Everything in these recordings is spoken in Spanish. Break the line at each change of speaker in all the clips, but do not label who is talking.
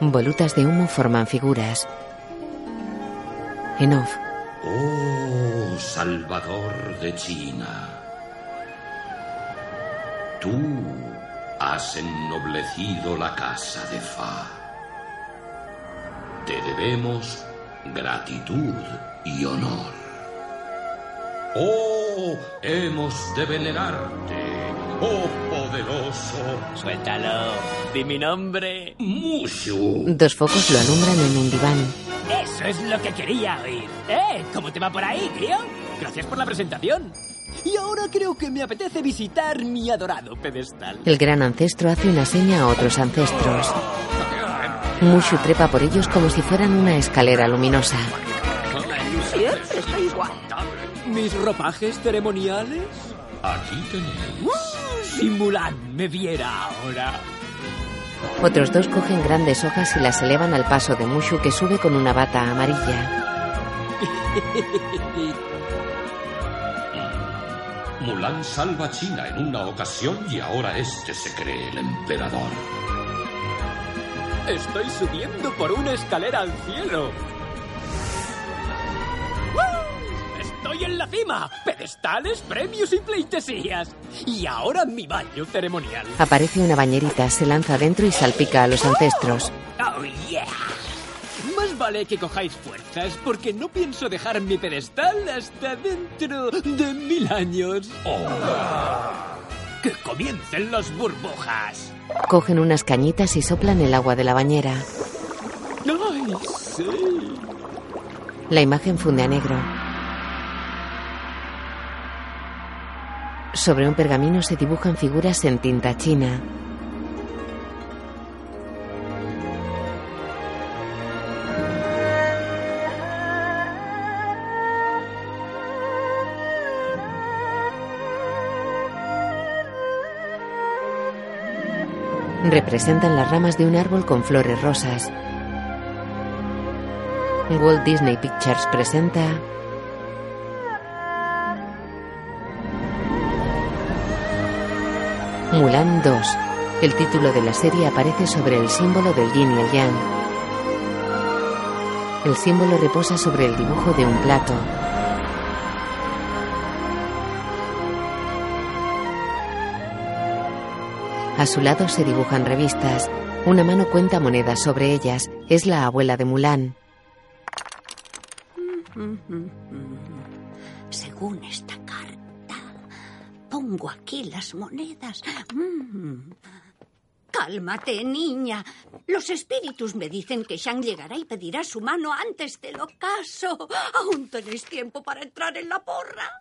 Volutas de humo forman figuras. En off.
Oh, Salvador de China. Tú has ennoblecido la casa de Fa. Te debemos gratitud y honor. Oh, hemos de venerarte, oh poderoso.
Suéltalo, di mi nombre.
Mushu.
Dos focos lo alumbran en un diván.
Eso es lo que quería oír. ¿Eh? ¿Cómo te va por ahí, tío? Gracias por la presentación. Y ahora creo que me apetece visitar mi adorado pedestal.
El gran ancestro hace una seña a otros ancestros. Mushu trepa por ellos como si fueran una escalera luminosa.
Siempre está igual.
¿Mis ropajes ceremoniales?
Aquí tenéis.
Simulad me viera ahora.
Otros dos cogen grandes hojas y las elevan al paso de Mushu que sube con una bata amarilla.
Mulan salva a China en una ocasión y ahora este se cree el emperador.
Estoy subiendo por una escalera al cielo. ¡Woo! Estoy en la cima. Pedestales, premios y pleitesías. Y ahora mi baño ceremonial.
Aparece una bañerita, se lanza dentro y salpica a los ancestros.
Oh, yeah. Más vale que cojáis fuerzas porque no pienso dejar mi pedestal hasta dentro de mil años. Oh. ¡Que comiencen las burbujas!
Cogen unas cañitas y soplan el agua de la bañera.
¡Ay, sí!
La imagen funde a negro. Sobre un pergamino se dibujan figuras en tinta china. Representan las ramas de un árbol con flores rosas. Walt Disney Pictures presenta Mulan 2. El título de la serie aparece sobre el símbolo del yin y el yang. El símbolo reposa sobre el dibujo de un plato. A su lado se dibujan revistas. Una mano cuenta monedas sobre ellas. Es la abuela de Mulan.
Según esta carta, pongo aquí las monedas. Mm. Cálmate, niña. Los espíritus me dicen que Shang llegará y pedirá su mano antes del ocaso. Aún tenéis tiempo para entrar en la porra.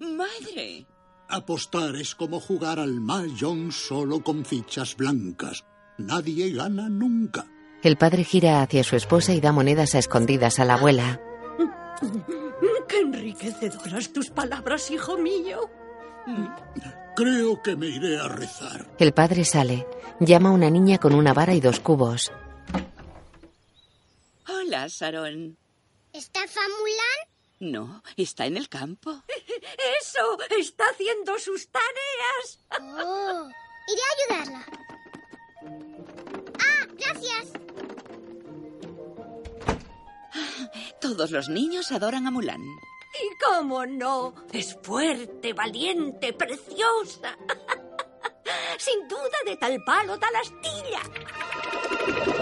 Madre.
Apostar es como jugar al mahjong solo con fichas blancas. Nadie gana nunca.
El padre gira hacia su esposa y da monedas a escondidas a la abuela.
Qué enriquecedoras tus palabras, hijo mío.
Creo que me iré a rezar.
El padre sale. Llama a una niña con una vara y dos cubos.
Hola, Sarón.
¿Está Famulan?
No, está en el campo.
Eso está haciendo sus tareas.
Oh, iré a ayudarla. Ah, gracias.
Todos los niños adoran a Mulan.
Y cómo no, es fuerte, valiente, preciosa. Sin duda de tal palo, tal astilla.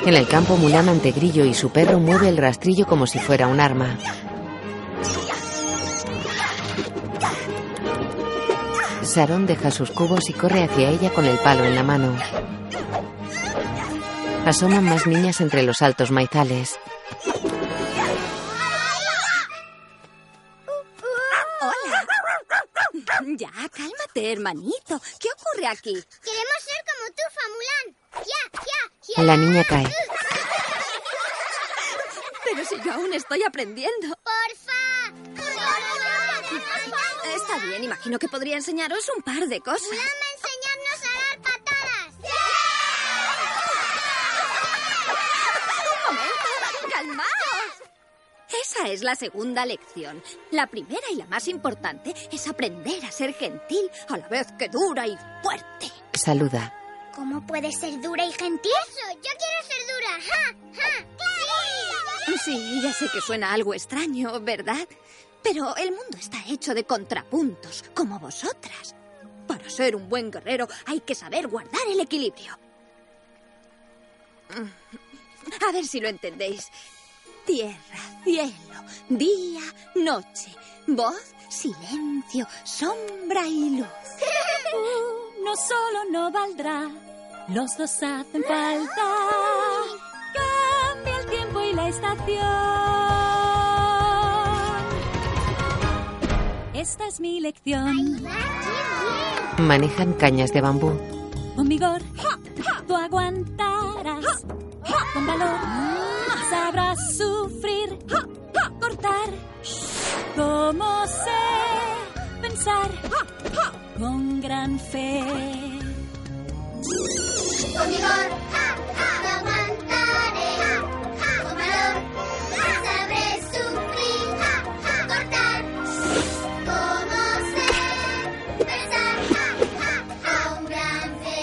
En el campo Mulan ante Grillo y su perro mueve el rastrillo como si fuera un arma. Sarón deja sus cubos y corre hacia ella con el palo en la mano. Asoman más niñas entre los altos maizales.
Ya, cálmate, hermanito. ¿Qué ocurre aquí?
Queremos ser como tú, Famulan. Ya, ya, ya.
La niña cae.
Pero si yo aún estoy aprendiendo.
Porfa. Porfa.
Está bien, imagino que podría enseñaros un par de cosas.
Mulan va a enseñarnos a dar patadas.
Un momento, calmaos. Esa es la segunda lección. La primera y la más importante es aprender a ser gentil a la vez que dura y fuerte.
Saluda.
¿Cómo puedes ser dura y gentil? Eso, yo quiero ser dura. ¡Ja! ¡Ja! ¡Claro!
Sí, ya sé que suena algo extraño, ¿verdad? Pero el mundo está hecho de contrapuntos, como vosotras. Para ser un buen guerrero hay que saber guardar el equilibrio. A ver si lo entendéis. Tierra, cielo, día, noche, voz, silencio, sombra y luz.
Uno solo no valdrá, los dos hacen falta. Cambia el tiempo y la estación. Esta es mi lección.
Manejan cañas de bambú.
Con vigor, tú aguantarás. Con valor, sabrás sufrir. Cortar, como sé pensar. Con gran fe.
Con vigor, ¡ja! ¡Ja! Te aguantaré. ¡Ja! ¡Ja! Con valor, ¡ja! Sabré sufrir. ¡Ja! ¡Ja! Cortar. Como sé pensar. ¡Ja! ¡Ja! ¡Ja! Con gran fe.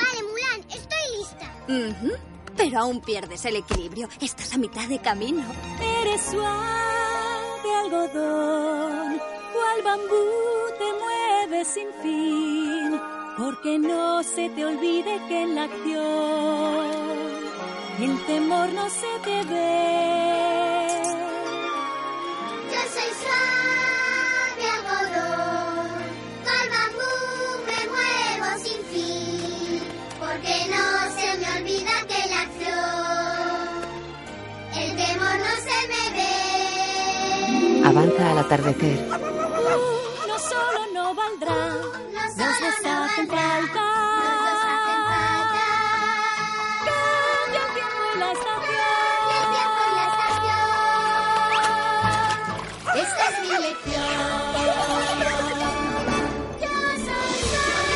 Vale, Mulan, estoy lista.
Ujú, Pero aún pierdes el equilibrio. Estás a mitad de camino.
Eres suave algodón, cual bambú te mueves sin fin, porque no se te olvide que en la acción el temor no se te ve.
Yo soy suave algodón, cual bambú me muevo sin fin, porque no se me olvida que la acción, el temor no se me ve.
Avanza al atardecer.
Uno solo no valdrá,
No
dos
solo
nos
no
hacen
valdrá, nos hacen
falta.
falta.
Cambia el tiempo y la estación.
El tiempo y la estación. Esta es mi lección. Yo soy sol,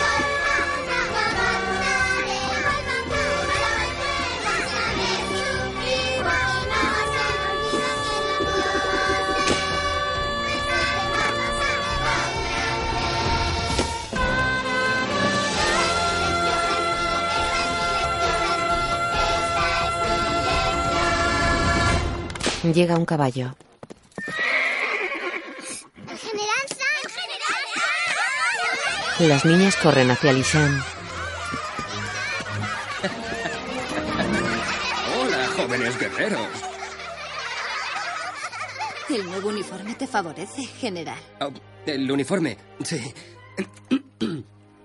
aguantaré, aguantaré, sabré sufrir, y no se me olvida que la conoce. Pensaré cuando sabe con gran fe.
Llega un caballo.
El general San. El general
Las niñas corren hacia Lisan.
Hola, jóvenes guerreros.
El nuevo uniforme te favorece, general.
Oh, el uniforme, sí.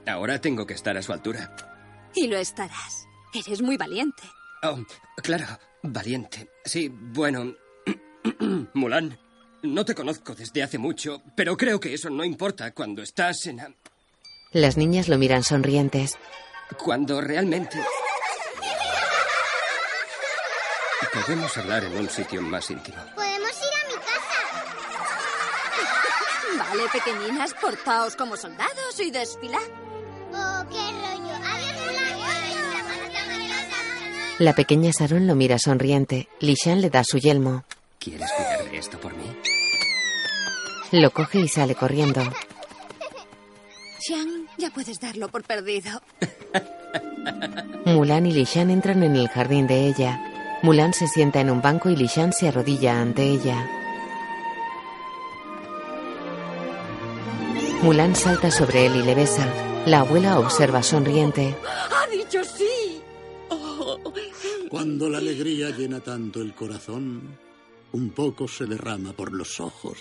Ahora tengo que estar a su altura.
Y lo estarás. Eres muy valiente.
Oh, claro, valiente. Sí, bueno. Mulan, no te conozco desde hace mucho, pero creo que eso no importa cuando estás en... a-
Las niñas lo miran sonrientes.
Cuando realmente... Podemos hablar en un sitio más íntimo.
Podemos ir a mi casa.
Vale, pequeñinas, portaos como soldados y desfilad.
Oh, qué rollo. Adiós, Mulan.
La pequeña Saron lo mira sonriente. Lishan le da su yelmo.
¿Quieres jugar de esto por mí?
Lo coge y sale corriendo.
Xiang, ya puedes darlo por perdido.
Mulan y Lishan entran en el jardín de ella. Mulan se sienta en un banco y Lishan se arrodilla ante ella. Mulan salta sobre él y le besa. La abuela observa sonriente.
¡Ha dicho sí!
Oh,
Cuando la alegría llena tanto el corazón, un poco se derrama por los ojos.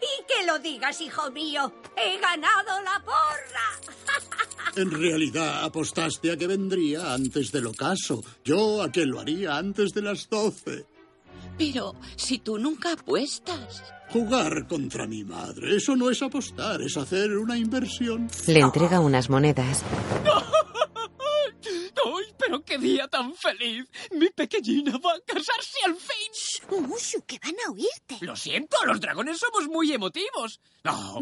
Y que lo digas, hijo mío. He ganado la porra.
En realidad apostaste a que vendría antes del ocaso. Yo a que lo haría antes de las doce.
Pero si tú nunca apuestas.
Jugar contra mi madre, eso no es apostar, es hacer una inversión.
Le entrega unas monedas.
¡Ay, pero qué día tan feliz! Mi pequeñina va a casarse al fin.
Mushu, que van a oírte.
Lo siento, los dragones somos muy emotivos. No.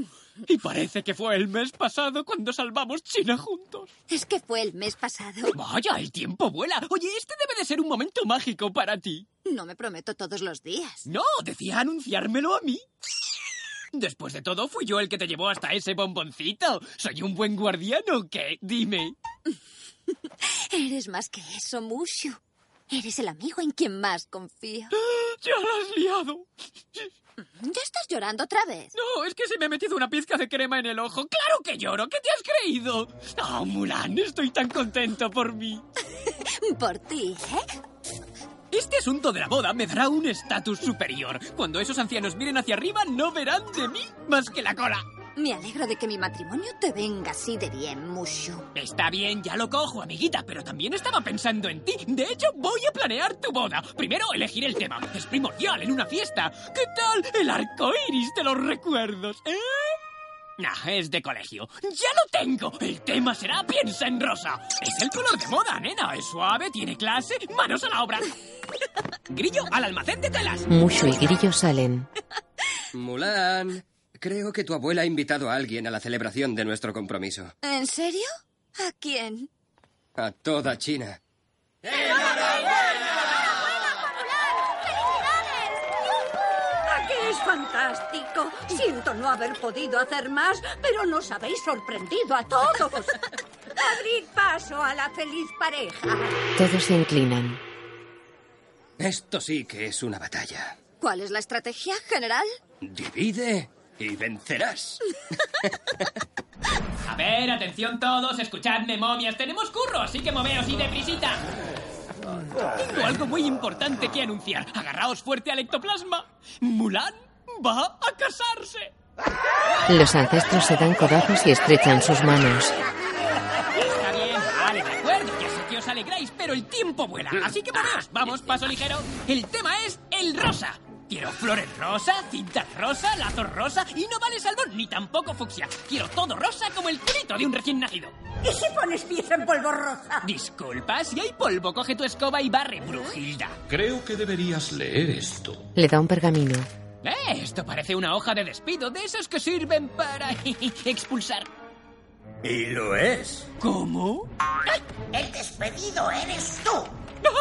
Y parece que fue el mes pasado cuando salvamos China juntos.
Es que fue el mes pasado.
Vaya, el tiempo vuela. Oye, este debe de ser un momento mágico para ti.
No me prometo todos los días.
No, decía anunciármelo a mí. Después de todo, fui yo el que te llevó hasta ese bomboncito. Soy un buen guardián, ¿o qué? Dime.
Eres más que eso, Mushu. Eres el amigo en quien más confío.
¡Ah! ¡Ya la has liado!
¿Ya estás llorando otra vez?
No, es que se me ha metido una pizca de crema en el ojo. ¡Claro que lloro! ¿Qué te has creído? ¡Ah, Mulan! Estoy tan contento por mí.
Por ti, ¿eh?
Este asunto de la boda me dará un estatus superior. Cuando esos ancianos miren hacia arriba, no verán de mí más que la cola.
Me alegro de que mi matrimonio te venga así de bien, Mushu.
Está bien, ya lo cojo, amiguita, pero también estaba pensando en ti. De hecho, voy a planear tu boda. Primero elegiré el tema. Es primordial en una fiesta. ¿Qué tal el arco iris de los recuerdos? ¿Eh? Nah, es de colegio. ¡Ya lo tengo! El tema será Piensa en Rosa. Es el color de moda, nena. Es suave, tiene clase. Manos a la obra. Grillo, al almacén de telas.
Mushu y Grillo salen.
Mulan, creo que tu abuela ha invitado a alguien a la celebración de nuestro compromiso.
¿En serio? ¿A quién?
A toda China.
¡Ah, que es fantástico! Siento no haber podido hacer más, pero nos habéis sorprendido a todos. Abrid paso a la feliz pareja.
Todos se inclinan.
Esto sí que es una batalla.
¿Cuál es la estrategia, general?
Divide y vencerás.
A ver, atención todos, escuchadme, momias. Tenemos curro, así que moveos y deprisita. Tengo algo muy importante que anunciar. Agarraos fuerte al ectoplasma. Mulan va a casarse.
Los ancestros se dan codazos y estrechan sus manos.
Está bien, vale, de acuerdo. Ya sé que os alegráis, pero el tiempo vuela. Así que vamos, vamos, paso ligero. El tema es el rosa. Quiero flores rosa, cintas rosa, lazos rosa y no vale salmón ni tampoco fucsia. Quiero todo rosa como el culito de un recién nacido.
¿Y si pones pieza en polvo rosa?
Disculpa, si hay polvo, coge tu escoba y barre, Brujilda.
Creo que deberías leer esto.
Le da un pergamino.
Eh, esto parece una hoja de despido de esas que sirven para expulsar.
Y lo es.
¿Cómo?
El despedido eres tú.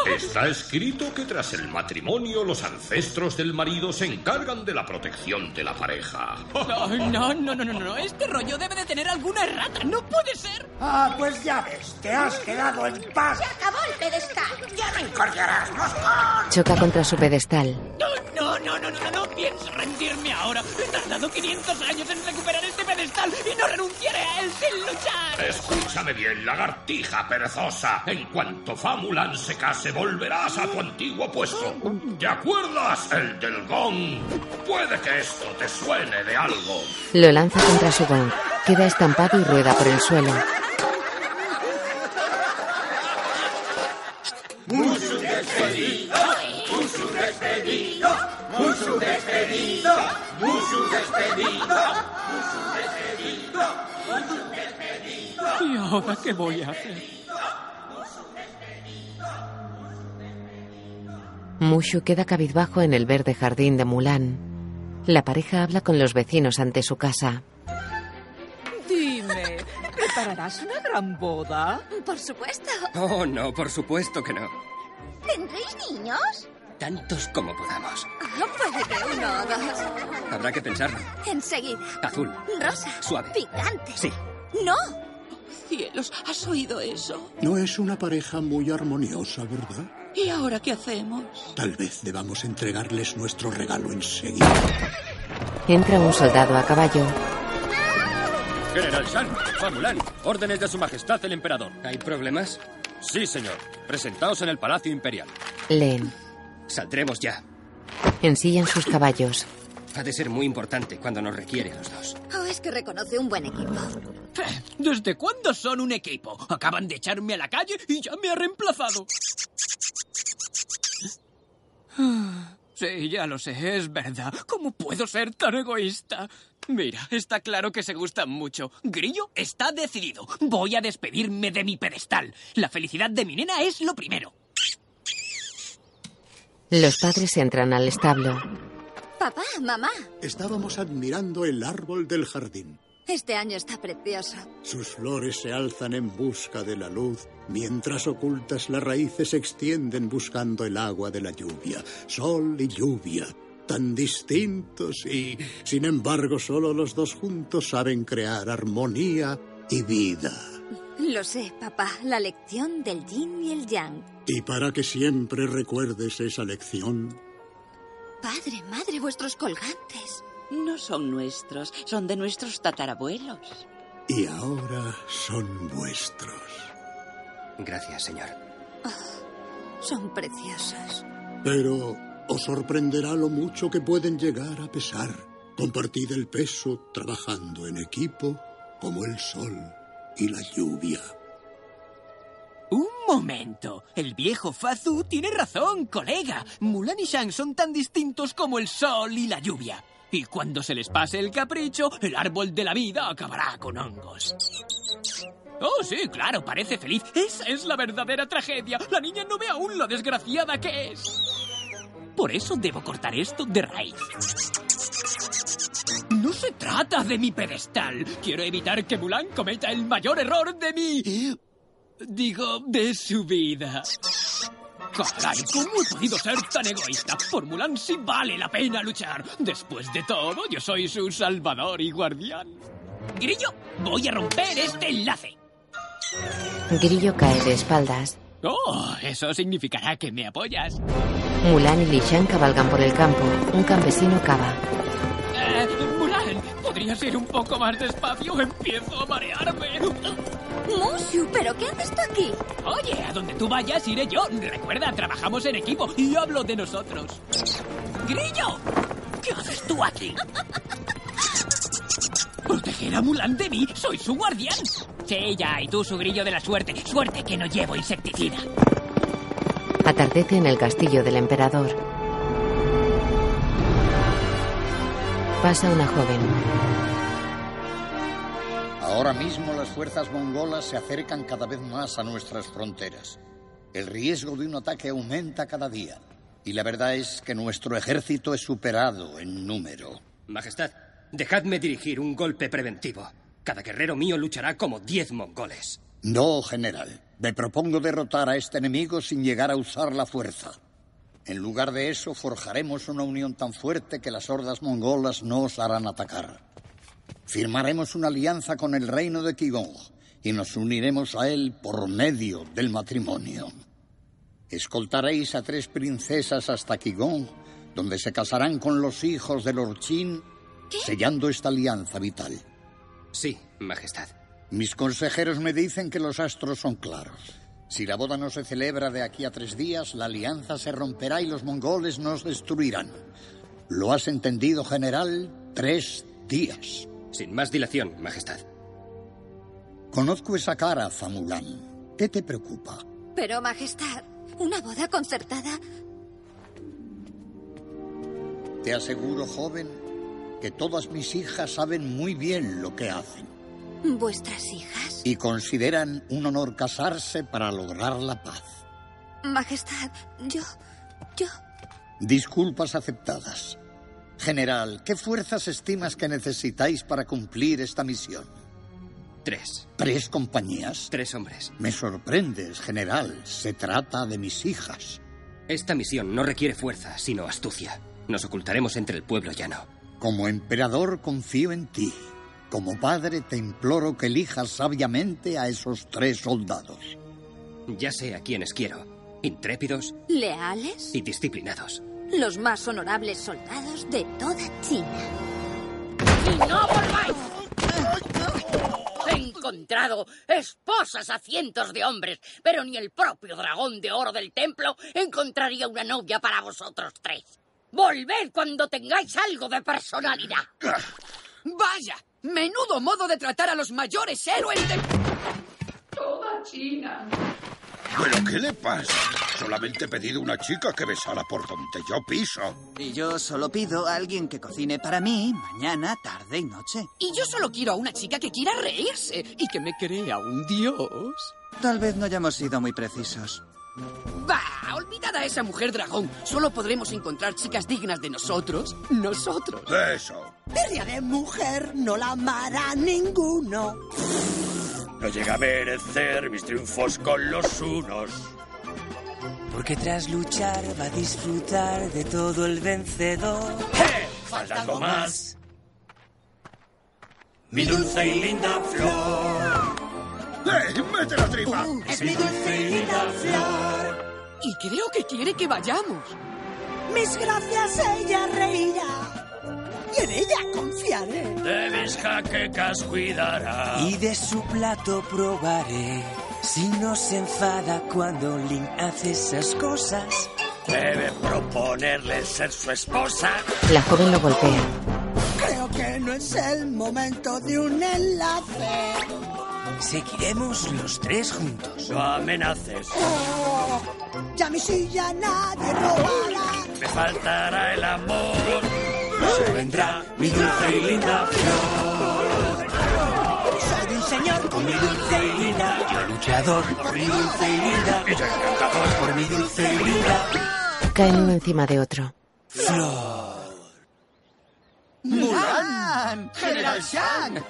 Está escrito que tras el matrimonio los ancestros del marido se encargan de la protección de la pareja.
No, no, no, no, no, no. Este rollo debe de tener alguna errata. No puede ser.
Ah, pues ya ves, te has quedado en paz.
Se acabó el pedestal. Ya no incordiarás, moscón.
Choca contra su pedestal.
No, no, no, no, no, no pienso rendirme ahora. He tardado 500 años en recuperar este pedestal y no renunciaré a él sin luchar.
Escúchame bien, lagartija perezosa. En cuanto Famulan se case, volverás a tu antiguo puesto. ¿Te acuerdas? El del gong. Puede que esto te suene de algo.
Lo lanza contra su gong. Queda estampado y rueda por el suelo.
Mucho despedido, mucho despedido, mucho despedido, mucho despedido, mucho despedido, mucho despedido.
¿Y ahora qué voy a hacer?
Mushu queda cabizbajo en el verde jardín de Mulan. La pareja habla con los vecinos ante su casa.
Dime, ¿prepararás una gran boda?
Por supuesto.
Oh, no, por supuesto que no.
¿Tendréis niños?
Tantos como podamos.
Ah, puede que uno o dos.
Habrá que pensarlo.
Enseguida.
Azul,
Rosa.
suave.
Picante.
Sí.
No.
Cielos, ¿has oído eso?
No es una pareja muy armoniosa, ¿verdad?
¿Y ahora qué hacemos?
Tal vez debamos entregarles nuestro regalo enseguida.
Entra un soldado a caballo.
General Shan, Famulán, órdenes de su majestad el emperador.
¿Hay problemas?
Sí, señor. Presentaos en el Palacio Imperial.
Leen.
Saldremos ya.
Ensillan sus caballos.
Ha de ser muy importante cuando nos requiere a los dos.
Oh, es que reconoce un buen equipo.
¿Desde cuándo son un equipo? Acaban de echarme a la calle y ya me ha reemplazado. Sí, ya lo sé, es verdad. ¿Cómo puedo ser tan egoísta? Mira, está claro que se gustan mucho. Grillo está decidido. Voy a despedirme de mi pedestal. La felicidad de mi nena es lo primero.
Los padres entran al establo.
Papá, mamá,
Estábamos admirando el árbol del jardín.
este año está precioso.
Sus flores se alzan en busca de la luz, mientras ocultas las raíces se extienden buscando el agua de la lluvia, sol y lluvia, tan distintos y, sin embargo, solo los dos juntos saben crear armonía y vida.
Lo sé, papá, la lección del yin y el yang.
Y para que siempre recuerdes esa lección,
Padre, madre, vuestros colgantes.
No son nuestros, son de nuestros tatarabuelos.
y ahora son vuestros.
Gracias, señor.
Son preciosos.
Pero os sorprenderá lo mucho que pueden llegar a pesar. Compartid el peso trabajando en equipo como el sol y la lluvia.
Un momento. El viejo Fazu tiene razón, colega. Mulan y Shang son tan distintos como el sol y la lluvia. Y cuando se les pase el capricho, el árbol de la vida acabará con hongos. Oh, sí, claro, parece feliz. Esa es la verdadera tragedia. La niña no ve aún lo desgraciada que es. Por eso debo cortar esto de raíz. No se trata de mi pedestal. Quiero evitar que Mulan cometa el mayor error de mi... Digo, de su vida. Caray, ¿cómo he podido ser tan egoísta? Por Mulan sí vale la pena luchar. Después de todo, yo soy su salvador y guardián. Grillo, voy a romper este enlace.
Grillo cae de espaldas.
Oh, eso significará que me apoyas.
Mulan y Lishan cabalgan por el campo. Un campesino cava.
Eh, Mulan, ¿podrías ir un poco más despacio? Empiezo a marearme.
Mushu, ¿pero qué haces tú aquí?
Oye, a donde tú vayas iré yo. Recuerda, trabajamos en equipo y hablo de nosotros. ¡Grillo! ¿Qué haces tú aquí? Proteger a Mulan de mí, soy su guardián. Sí, ya, y tú su grillo de la suerte. Suerte que no llevo insecticida.
Atardece en el castillo del emperador. Pasa una joven.
Ahora mismo las fuerzas mongolas se acercan cada vez más a nuestras fronteras. El riesgo de un ataque aumenta cada día. Y la verdad es que nuestro ejército es superado en número.
Majestad, dejadme dirigir un golpe preventivo. Cada guerrero mío luchará como diez mongoles.
No, general. Me propongo derrotar a este enemigo sin llegar a usar la fuerza. En lugar de eso, forjaremos una unión tan fuerte que las hordas mongolas no os harán atacar. Firmaremos una alianza con el reino de Qigong y nos uniremos a él por medio del matrimonio. Escoltaréis a tres princesas hasta Qigong, donde se casarán con los hijos del Orchin, sellando esta alianza vital.
Sí, Majestad.
Mis consejeros me dicen que los astros son claros. Si la boda no se celebra de aquí a tres días, la alianza se romperá y los mongoles nos destruirán. ¿Lo has entendido, general? Tres días.
Sin más dilación, Majestad.
Conozco esa cara, Famulan. ¿Qué te preocupa?
Pero, Majestad, una boda concertada.
Te aseguro, joven, que todas mis hijas saben muy bien lo que hacen
¿Vuestras hijas?
y consideran un honor casarse para lograr la paz.
Majestad, yo. yo.
Disculpas aceptadas. General, ¿qué fuerzas estimas que necesitáis para cumplir esta misión?
Tres.
¿Tres compañías?
Tres hombres.
Me sorprendes, general. Se trata de mis hijas.
Esta misión no requiere fuerza, sino astucia. Nos ocultaremos entre el pueblo llano.
Como emperador confío en ti. Como padre te imploro que elijas sabiamente a esos tres soldados.
Ya sé a quiénes quiero. Intrépidos
¿Leales?
y disciplinados.
Los más honorables soldados de toda China.
¡Y no volváis! He encontrado esposas a cientos de hombres, pero ni el propio dragón de oro del templo encontraría una novia para vosotros tres. Volved cuando tengáis algo de personalidad.
¡Vaya! ¡Menudo modo de tratar a los mayores héroes de... Toda China.
¿Pero qué le pasa? Solamente he pedido una chica que besara por donde yo piso.
Y yo solo pido a alguien que cocine para mí mañana, tarde y noche.
Y yo solo quiero a una chica que quiera reírse y que me crea un dios.
Tal vez no hayamos sido muy precisos.
¡Bah! Olvidad a esa mujer dragón. Solo podremos encontrar chicas dignas de nosotros. Nosotros.
Eso.
Pérdida de mujer no la amará ninguno.
No llega a merecer mis triunfos con los unos.
Porque tras luchar va a disfrutar de todo el vencedor.
Falta algo más.
Mi dulce y linda flor.
¡Eh! ¡Mete la tripa!
Es mi dulce y linda flor. Y creo que quiere que vayamos.
Mis gracias ella reirá y en ella confiaré.
De mis jaquecas cuidará.
Y de su plato probaré. Si no se enfada cuando Link hace esas cosas.
Debe proponerle ser su esposa.
La joven lo golpea.
Creo que no es el momento de un enlace.
Seguiremos los tres juntos.
No amenaces.
Oh, ya mi silla nadie robará.
Me faltará el amor.
Se vendrá mi dulce y linda flor.
Soy un señor con mi dulce y linda.
Yo luchador por mi dulce y linda.
Ella encantador
por mi dulce y linda.
Caen uno encima de otro.
Flor.
¡Mulan! ¡General Shang!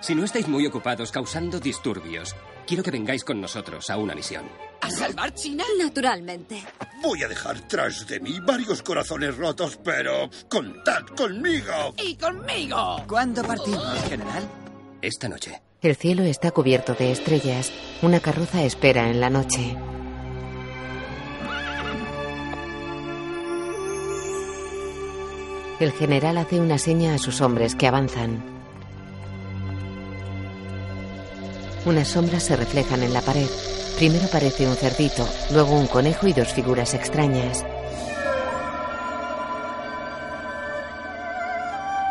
Si no estáis muy ocupados causando disturbios, quiero que vengáis con nosotros a una misión.
¿A salvar China?
Naturalmente.
Voy a dejar tras de mí varios corazones rotos, pero contad conmigo.
¡Y conmigo!
¿Cuándo partimos, general?
Esta noche.
El cielo está cubierto de estrellas. Una carroza espera en la noche. El general hace una seña a sus hombres que avanzan. Unas sombras se reflejan en la pared. Primero parece un cerdito, luego un conejo y dos figuras extrañas.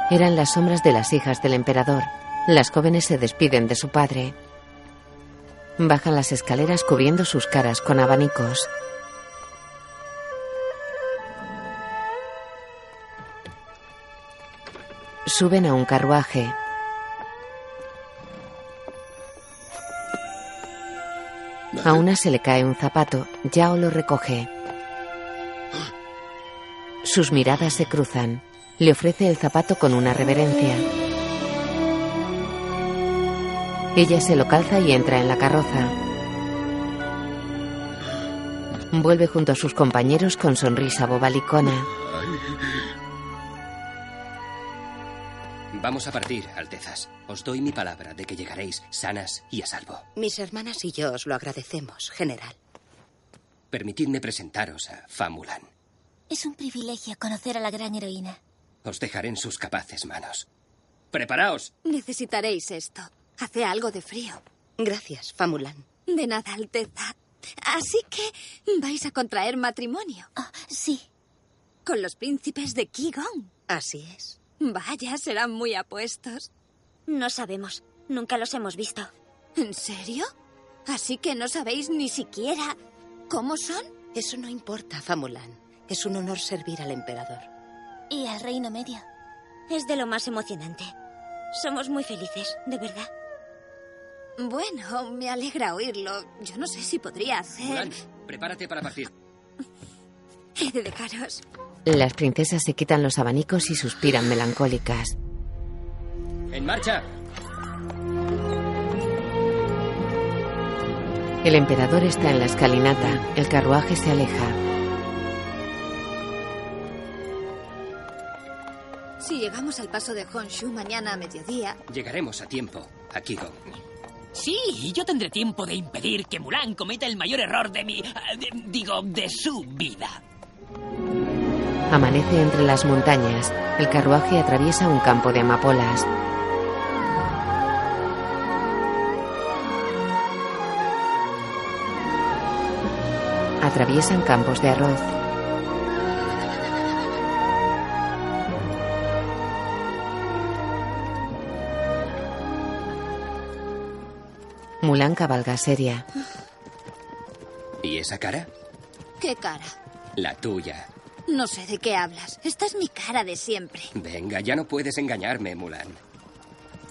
Eran las sombras de las hijas del emperador. Las jóvenes se despiden de su padre. Bajan las escaleras cubriendo sus caras con abanicos. Suben a un carruaje. A una se le cae un zapato. Yao lo recoge. Sus miradas se cruzan. Le ofrece el zapato con una reverencia. Ella se lo calza y entra en la carroza. Vuelve junto a sus compañeros con sonrisa bobalicona.
Vamos a partir, Altezas. Os doy mi palabra de que llegaréis sanas y a salvo.
Mis hermanas y yo os lo agradecemos, general.
Permitidme presentaros a Famulan.
Es un privilegio conocer a la gran heroína.
Os dejaré en sus capaces manos. ¡Preparaos!
Necesitaréis esto. Hace algo de frío.
Gracias, Famulan.
De nada, Alteza. Así que vais a contraer matrimonio.
Oh, sí.
Con los príncipes de Qigong.
Así es.
Vaya, serán muy apuestos.
No sabemos. Nunca los hemos visto.
¿En serio? Así que no sabéis ni siquiera cómo son.
Eso no importa, Famulan. Es un honor servir al emperador.
Y al reino medio. Es de lo más emocionante. Somos muy felices, de verdad.
Bueno, me alegra oírlo. Yo no sé si podría hacer...
Mulan, prepárate para partir.
He de dejaros.
Las princesas se quitan los abanicos y suspiran melancólicas.
¡En marcha!
El emperador está en la escalinata. El carruaje se aleja.
Si llegamos al paso de Honshu mañana a mediodía,
Llegaremos a tiempo, a Kigo.
Sí, y yo tendré tiempo de impedir que Mulan cometa el mayor error de mi... ah, de- digo, de su vida.
Amanece entre las montañas. El carruaje atraviesa un campo de amapolas. Atraviesan campos de arroz. Mulan cabalga seria.
¿Y esa cara?
qué cara.
La tuya.
No sé de qué hablas. Esta es mi cara de siempre.
Venga, ya no puedes engañarme, Mulan.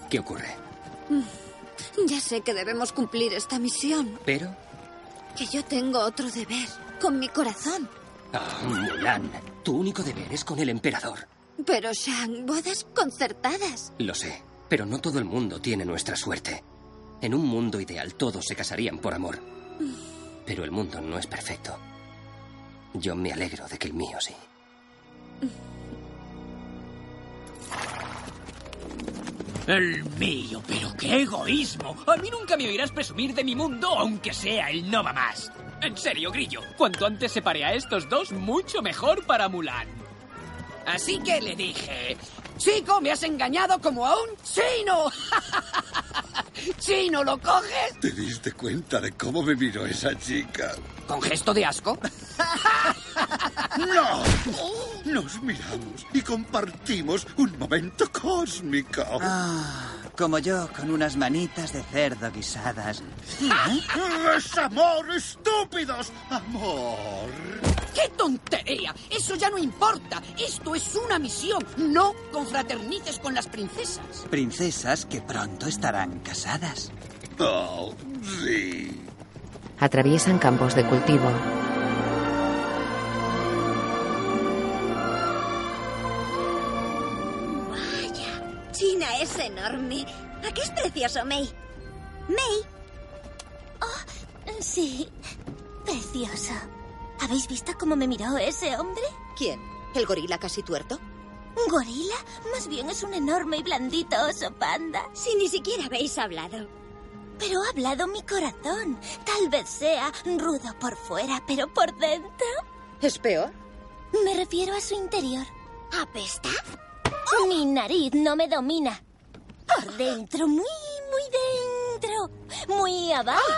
¿Qué ocurre?
Mm, Ya sé que debemos cumplir esta misión,
Pero...
que yo tengo otro deber, con mi corazón.
Ah, Mulan, tu único deber es con el emperador.
Pero, Shang, bodas concertadas.
Lo sé, pero no todo el mundo tiene nuestra suerte. En un mundo ideal todos se casarían por amor. Pero el mundo no es perfecto. Yo me alegro de que el mío sí.
El mío, pero qué egoísmo. A mí nunca me oirás presumir de mi mundo, aunque sea el no va más. En serio, Grillo, cuanto antes separe a estos dos, mucho mejor para Mulan.
Así que le dije, chico, me has engañado como a un chino. chino, ¿lo coges?
¿Te diste cuenta de cómo me miró esa chica?
¿Con gesto de asco?
¡No! Nos miramos y compartimos un momento cósmico.
Ah, como yo, con unas manitas de cerdo guisadas.
¡Es amor, estúpidos! ¡Amor!
¡Qué tontería! Eso ya no importa. Esto es una misión. No confraternices con las princesas.
Princesas que pronto estarán casadas.
Oh, sí.
Atraviesan campos de cultivo.
China es enorme. Aquí es precioso, May. May.
Oh, sí. Precioso. ¿Habéis visto cómo me miró ese hombre?
¿Quién? ¿El gorila casi tuerto?
¿Un gorila? Más bien es un enorme y blandito oso panda.
Si ni siquiera habéis hablado.
Pero ha hablado mi corazón. Tal vez sea rudo por fuera, pero por dentro.
¿Es peor?
Me refiero a su interior.
¿Apesta?
Mi nariz no me domina. Por dentro, muy, muy dentro. Muy abajo.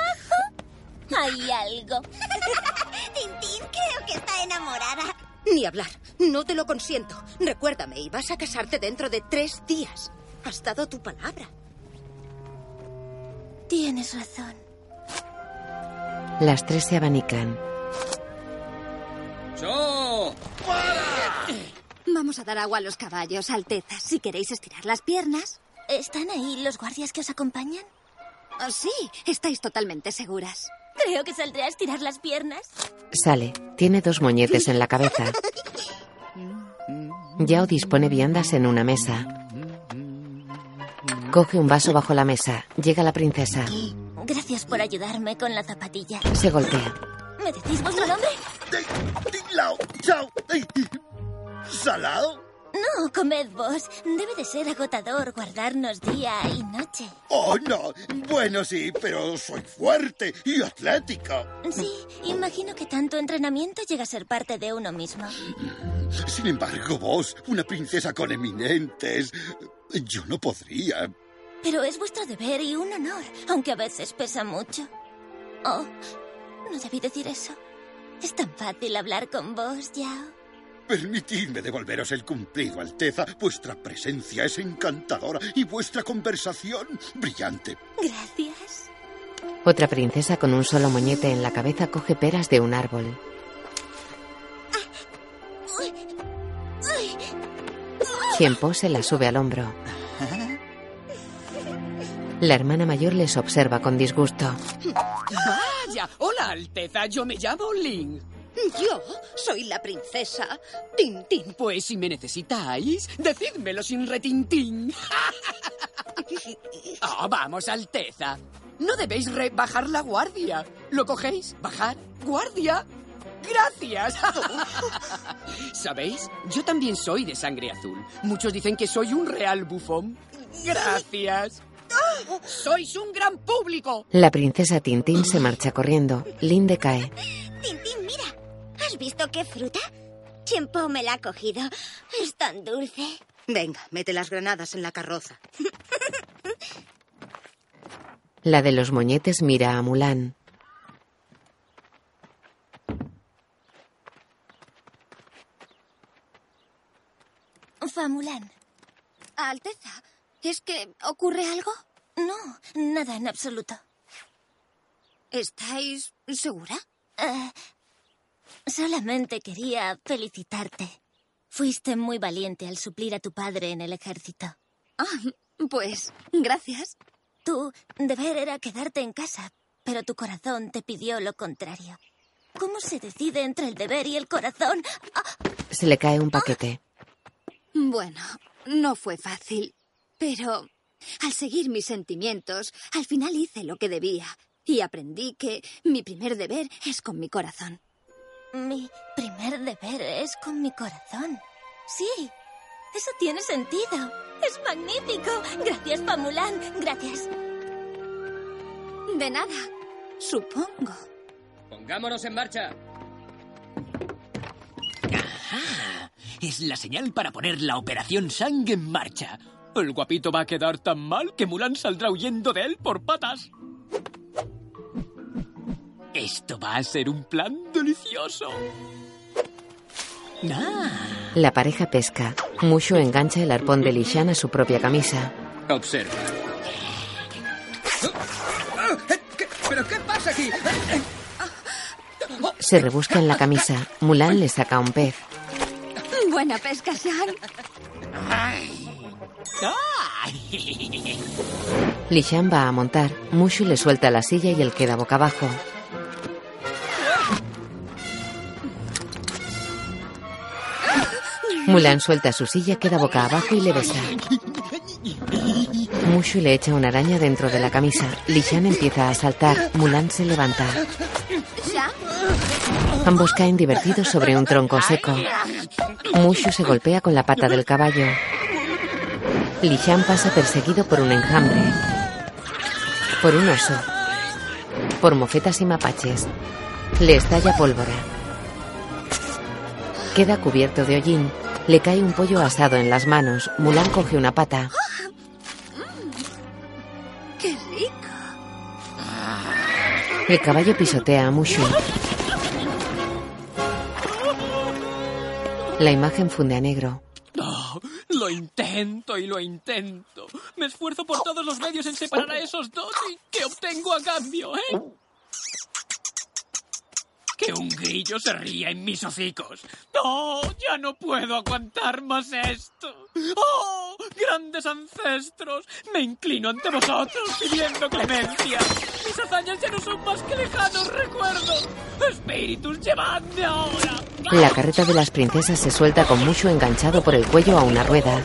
Hay algo.
Tintín, creo que está enamorada.
Ni hablar. No te lo consiento. Recuérdame, y vas a casarte dentro de tres días. Has dado tu palabra.
Tienes razón.
Las tres se abanican.
¡Yo! ¡Para!
Vamos a dar agua a los caballos, Alteza. Si queréis estirar las piernas.
¿Están ahí los guardias que os acompañan?
Ah,
Oh, sí, estáis totalmente seguras.
Creo que saldré a estirar las piernas.
Sale. Tiene dos moñetes en la cabeza. Yao dispone viandas en una mesa. Coge un vaso bajo la mesa. Llega la princesa.
Gracias por ayudarme con la zapatilla.
Se golpea.
¿Me decís vuestro nombre?
Lao, chao. ¿Salado?
No, comed vos. Debe de ser agotador guardarnos día y noche.
Oh, no. Bueno, sí, pero soy fuerte y atlética.
Sí, imagino que tanto entrenamiento llega a ser parte de uno mismo.
Sin embargo, vos, una princesa con eminentes, yo no podría.
Pero es vuestro deber y un honor, aunque a veces pesa mucho. Oh, no debí decir eso. Es tan fácil hablar con vos, Yao.
Permitidme devolveros el cumplido, Alteza. Vuestra presencia es encantadora y vuestra conversación brillante.
Gracias.
Otra princesa con un solo moñete en la cabeza coge peras de un árbol. Quien pose la sube al hombro.
Ah.
La hermana mayor les observa con disgusto.
¡Vaya! Hola, Alteza. Yo me llamo Ling.
Yo soy la princesa Tintín.
Pues si me necesitáis, decídmelo sin retintín. oh, vamos, Alteza. No debéis rebajar la guardia. ¿Lo cogéis? ¿Bajar? ¿Guardia? Gracias. ¿Sabéis? Yo también soy de sangre azul. Muchos dicen que soy un real bufón. Gracias.
Ah.
¡Sois un gran público!
La princesa Tintín se marcha corriendo. Linde cae.
Tintín, mira. ¿Has visto qué fruta? Tiempo me la ha cogido. Es tan dulce.
Venga, mete las granadas en la carroza.
La de los moñetes mira a Mulan.
Fa Mulan.
Alteza, ¿es que ocurre algo?
No, nada en absoluto.
¿Estáis segura?
Eh, solamente quería felicitarte. Fuiste muy valiente al suplir a tu padre en el ejército.
Ah, pues, gracias.
Tu deber era quedarte en casa, pero tu corazón te pidió lo contrario. ¿Cómo se decide entre el deber y el corazón? ¡Ah!
Se le cae un paquete.
¡Ah! Bueno, no fue fácil, pero al seguir mis sentimientos, al final hice lo que debía y aprendí que mi primer deber es con mi corazón.
Mi primer deber es con mi corazón. Sí, Eso tiene sentido. Es magnífico. Gracias, Pamulan. Gracias.
De nada. Supongo.
Pongámonos en marcha.
Es la señal para poner la operación Sang en marcha. El guapito va a quedar tan mal que Mulan saldrá huyendo de él por patas. Esto va a ser un plan delicioso.
La pareja pesca. Mushu engancha el arpón de Lishan a su propia camisa.
Observa.
Eh,
¿Pero qué pasa aquí?
Se rebusca en la camisa. Mulan le saca un pez.
Ah.
Buena pesca, Shang.
Lishan va a montar. Mushu le suelta la silla y él queda boca abajo. Mulan suelta su silla, queda boca abajo y le besa. Mushu le echa una araña dentro de la camisa. Lishan empieza a saltar. Ah, Mulan se levanta. Ambos caen divertidos sobre un tronco seco. Mushu se golpea con la pata del caballo. Lishan pasa perseguido por un enjambre. Por un oso. Por mofetas y mapaches. Le estalla pólvora. Queda cubierto de hollín. Le cae un pollo asado en las manos. Mulan coge una pata.
¡Qué rico!
El caballo pisotea a Mushu. La imagen funde a negro.
Oh, lo intento y lo intento. Me esfuerzo por todos los medios en separar a esos dos y ¿qué obtengo a cambio, eh? Que un grillo se ría en mis hocicos. No, ya no puedo aguantar más esto. ¡Oh, grandes ancestros! Me inclino ante vosotros pidiendo clemencia. Mis hazañas ya no son más que lejanos recuerdos. Espíritus, llevadme ahora.
La carreta de las princesas se suelta con Mushu enganchado por el cuello a una rueda.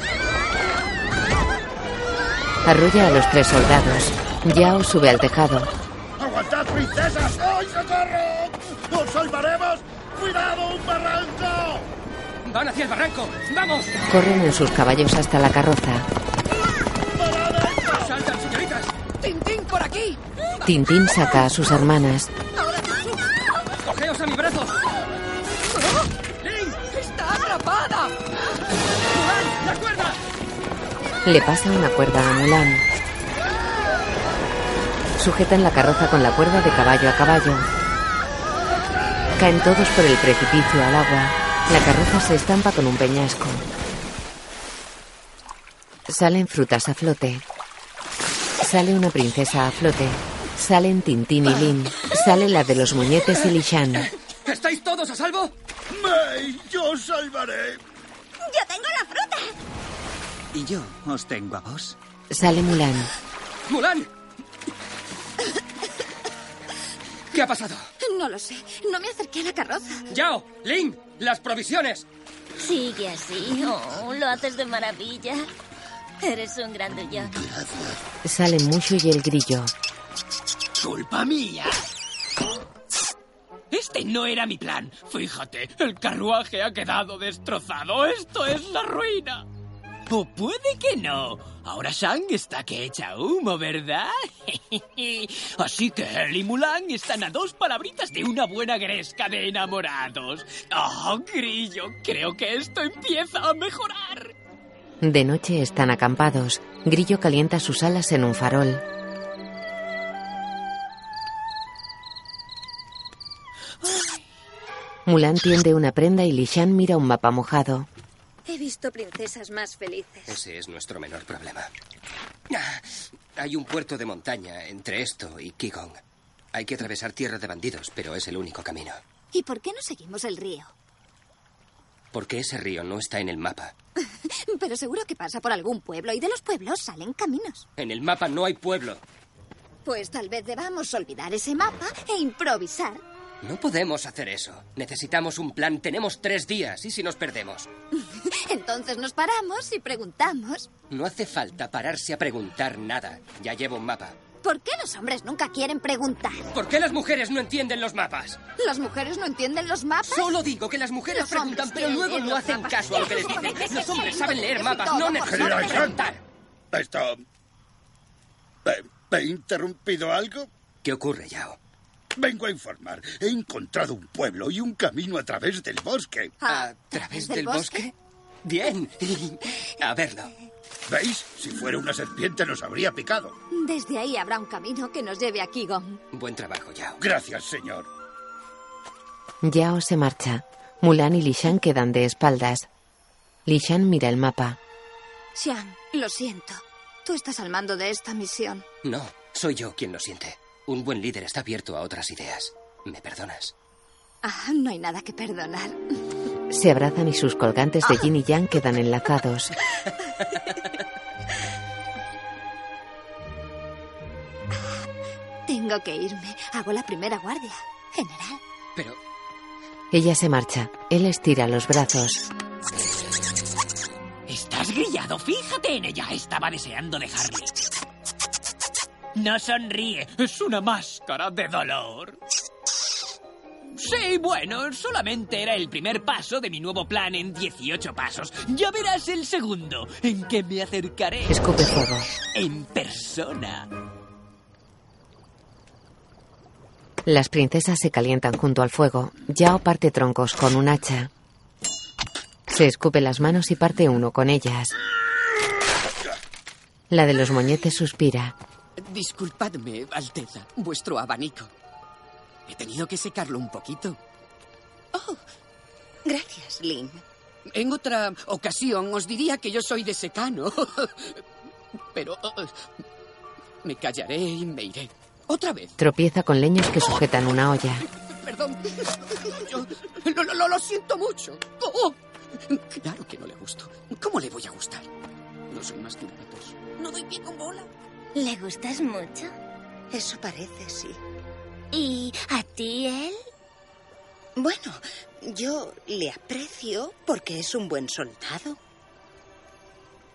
Arrulla a los tres soldados. Yao sube al tejado.
¡Aguantad, princesas! ¡Ay, socorro! ¡Os salvaremos! ¡Cuidado, un barranco!
¡Van hacia el barranco! ¡Vamos!
Corren en sus caballos hasta la carroza.
¡Saltan, señoritas!
¡Tintín por aquí!
Tintín saca a sus hermanas.
¡Cogeos a mi brazo!
¡Está atrapada!
¡Mulan, la cuerda!
Le pasa una cuerda a Mulan. Sujetan la carroza con la cuerda de caballo a caballo. Caen todos por el precipicio al agua. La carroza se estampa con un peñasco. Salen frutas a flote. Sale una princesa a flote. Salen Tintín y Lin. Sale la de los muñetes y Lishan.
¿Estáis todos a salvo?
¡May, yo os salvaré!
¡Yo tengo la fruta!
Y yo os tengo a vos.
Sale Mulan.
¡Mulan! ¿Qué ha pasado?
No lo sé. No me acerqué a la carroza.
¡Yao! ¡Lin! ¡Las provisiones!
Sigue así. Oh, lo haces de maravilla. Eres un grandullón.
Salen Mushu y el grillo.
¡Culpa mía! Este no era mi plan. Fíjate, el carruaje ha quedado destrozado. Esto es la ruina. O puede que no. Ahora Shang está que echa humo, ¿verdad? Así que él y Mulan están a dos palabritas de una buena gresca de enamorados. Oh, grillo, creo que esto empieza a mejorar.
De noche están acampados. Grillo calienta sus alas en un farol. Mulan tiende una prenda y Lishan mira un mapa mojado.
He visto princesas más felices.
Ese es nuestro menor problema. Ah, Hay un puerto de montaña entre esto y Qigong. Hay que atravesar tierra de bandidos, pero es el único camino.
¿Y por qué no seguimos el río?
Porque ese río no está en el mapa.
Pero seguro que pasa por algún pueblo y de los pueblos salen caminos.
En el mapa no hay pueblo.
Pues tal vez debamos olvidar ese mapa e improvisar.
No podemos hacer eso. Necesitamos un plan. Tenemos tres días. ¿Y si nos perdemos?
Entonces nos paramos y preguntamos.
No hace falta pararse a preguntar nada. Ya llevo un mapa.
¿Por qué los hombres nunca quieren preguntar?
¿Por qué las mujeres no entienden los mapas?
¿Las mujeres no entienden los mapas?
Solo digo que las mujeres
Los
preguntan,
hombres
pero
quieren
luego
leer
no
los
hacen
mapas.
caso a lo que les
Eso es
dicen.
que
Los hombres
sí,
saben leer
es
mapas,
todo,
no
por
necesitan
favor.
preguntar.
Esto... ¿He, he interrumpido algo?
¿Qué ocurre, Yao?
Vengo a informar. He encontrado un pueblo y un camino a través del bosque.
¿A través del bosque? Bien. A verlo.
¿Veis? Si fuera una serpiente nos habría picado.
Desde ahí habrá un camino que nos lleve a Kigon.
Buen trabajo, Yao.
Gracias, señor.
Yao se marcha. Mulan y Lishan quedan de espaldas. Lishan mira el mapa.
Xian, lo siento. Tú estás al mando de esta misión.
No, soy yo quien lo siente. Un buen líder está abierto a otras ideas. ¿Me perdonas?
Ah, no hay nada que perdonar.
Se abrazan y sus colgantes de Yin y Yang quedan enlazados.
Tengo que irme. Hago la primera guardia. General.
Pero...
Ella se marcha. Él estira los brazos.
Estás grillado, fíjate en ella. Estaba deseando dejarle. No sonríe, es una máscara de dolor. Sí, bueno, solamente era el primer paso de mi nuevo plan en 18 pasos. Ya verás el segundo, en que me acercaré.
Escupe fuego.
En persona.
Las princesas se calientan junto al fuego. Yao parte troncos con un hacha. Se escupe las manos y parte uno con ellas. La de los moñetes suspira.
Disculpadme, Alteza, vuestro abanico. He tenido que secarlo un poquito.
Oh, Gracias, Lin.
En otra ocasión os diría que yo soy de secano. Pero eh, me callaré y me iré. Otra vez.
Tropieza con leños que sujetan una olla.
Perdón. Yo- lo, lo- lo- lo siento mucho. Oh, claro que no le gusto. ¿Cómo le voy a gustar? No soy más que un reposo.
No doy pie con bola.
¿Le gustas mucho?
Eso parece, sí.
¿Y a ti él?
Bueno, yo le aprecio porque es un buen soldado.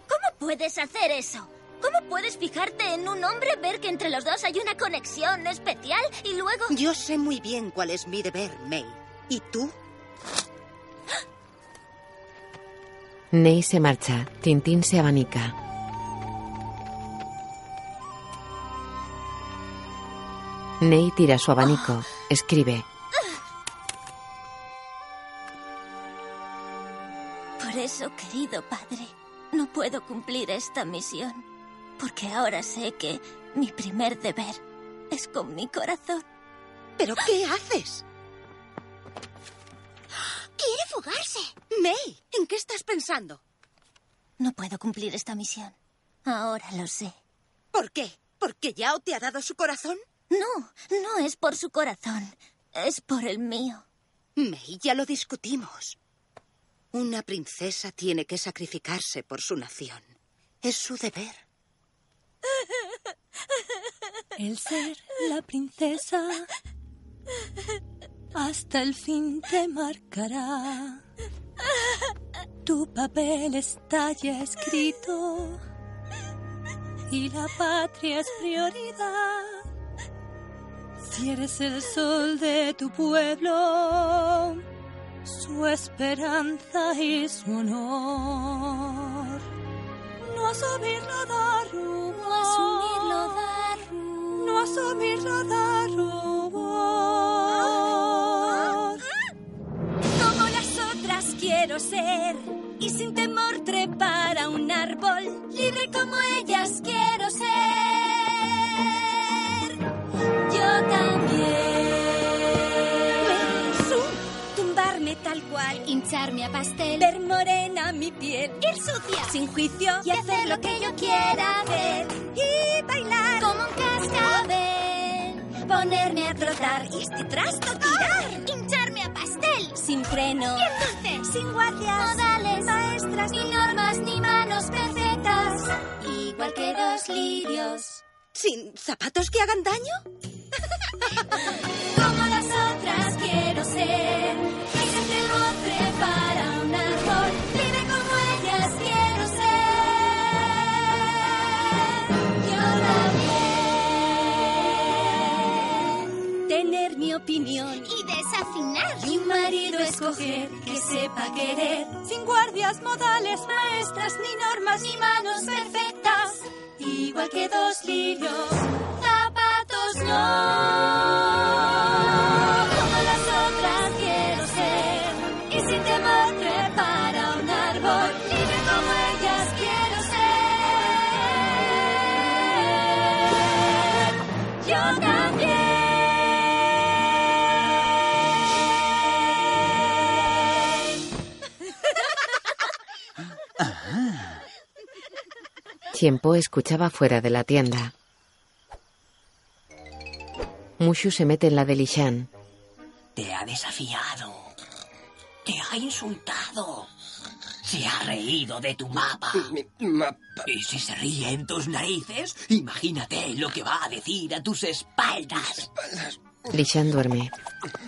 ¿Cómo puedes hacer eso? ¿Cómo puedes fijarte en un hombre, ver que entre los dos hay una conexión especial y luego...
Oh.
Yo sé muy bien cuál es mi deber, May. ¿Y tú?
Ney se marcha. Tintín se abanica. Ney tira su abanico. Escribe.
Por eso, querido padre, no puedo cumplir esta misión. Porque ahora sé que mi primer deber es con mi corazón.
¿Pero qué haces?
¡Quiere fugarse!
May, ¿en qué estás pensando?
No puedo cumplir esta misión. Ahora lo sé.
¿Por qué? ¿Porque Yao te ha dado su corazón?
No, no es por su corazón. Es por el mío.
May, ya lo discutimos. Una princesa tiene que sacrificarse por su nación. Es su deber.
El ser la princesa hasta el fin te marcará. Tu papel está ya escrito y la patria es prioridad. Si eres el sol de tu pueblo, su esperanza y su honor. No asumirlo da rumor. No asumirlo da rumor. No asumirlo da rumor. Como las otras quiero ser. Y sin temor trepar a un árbol. Libre como ellas quiero ser. Yo también. Tumbarme tal cual, hincharme a pastel, ver morena mi piel, ir sucia, sin juicio y hacer lo que yo quiera ver y bailar como un cascabel, ponerme a trotar y este trasto tirar, ¡Ah! hincharme a pastel, sin freno y entonces sin guardias, modales, maestras ni normas ni manos perfectas, igual que los lirios.
¿Sin zapatos que hagan daño?
Como las otras quiero ser, que se te lo prepara un árbol, libre como ellas quiero ser. Yo también. tener mi opinión y desafinar. Y un marido escoger que sepa querer. Sin guardias, modales, maestras, ni normas, ni manos perfectas. Igual que dos lirios, zapatos no. Como las otras quiero ser. Y sin temor prepara un árbol. Libre como ellas quiero ser. Yo también.
Tiempo escuchaba fuera de la tienda. Mushu se mete en la de Lishan.
Te ha desafiado. Te ha insultado. Se ha reído de tu mapa. Y si se ríe en tus narices, imagínate lo que va a decir a tus espaldas.
Lishan duerme.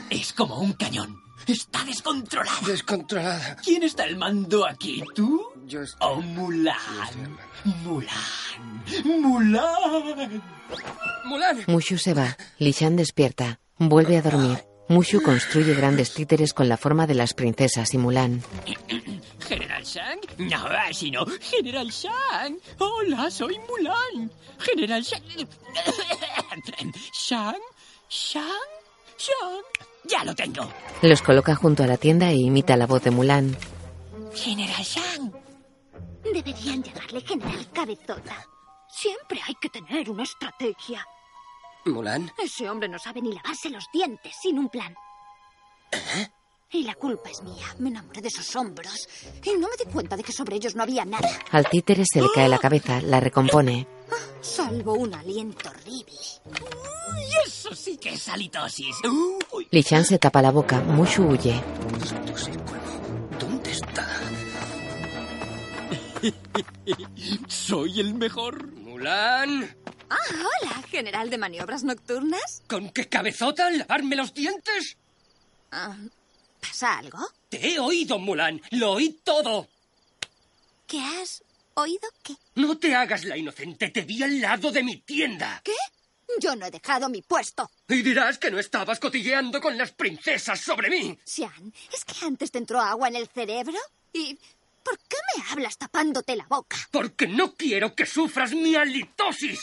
Es como un cañón. Está descontrolada. Descontrolada. ¿Quién está al mando aquí? ¿Tú? Yo estoy. ¿O Mulan? Mulan. Mulan. Mulan.
Mushu se va. Lishan despierta. Vuelve a dormir. Mushu construye grandes títeres con la forma de las princesas y Mulan.
¿General Shang? No, así no. General Shang. Hola, soy Mulan. General Shang. Shang. Shang. Shang. Ya lo tengo.
Los coloca junto a la tienda e imita la voz de Mulan.
General Shang. Deberían llamarle General Cabezota. Siempre hay que tener una estrategia.
Mulan.
Ese hombre no sabe ni lavarse los dientes sin un plan.
¿Eh?
Y la culpa es mía. Me enamoré de sus hombros y no me di cuenta de que sobre ellos no había nada,
Al títere se le cae la cabeza, la recompone.
salvo un aliento horrible.
Y eso sí que es halitosis. Uy,
Lishan se tapa la boca. Mushu huye.
¿Dónde está?
Soy el mejor.
Mulan.
Ah, hola, general de maniobras nocturnas.
¿Con qué cabezota lavarme los dientes?
Ah, ¿Pasa algo?
Te he oído, Mulan. Lo oí todo.
¿Qué has oído? ¿Qué?
No te hagas la inocente. Te vi al lado de mi tienda.
¿Qué? Yo no he dejado mi puesto.
Y dirás que no estabas cotilleando con las princesas sobre mí.
Sean, ¿es que antes te entró agua en el cerebro? ¿Y por qué me hablas tapándote la boca?
Porque no quiero que sufras mi halitosis.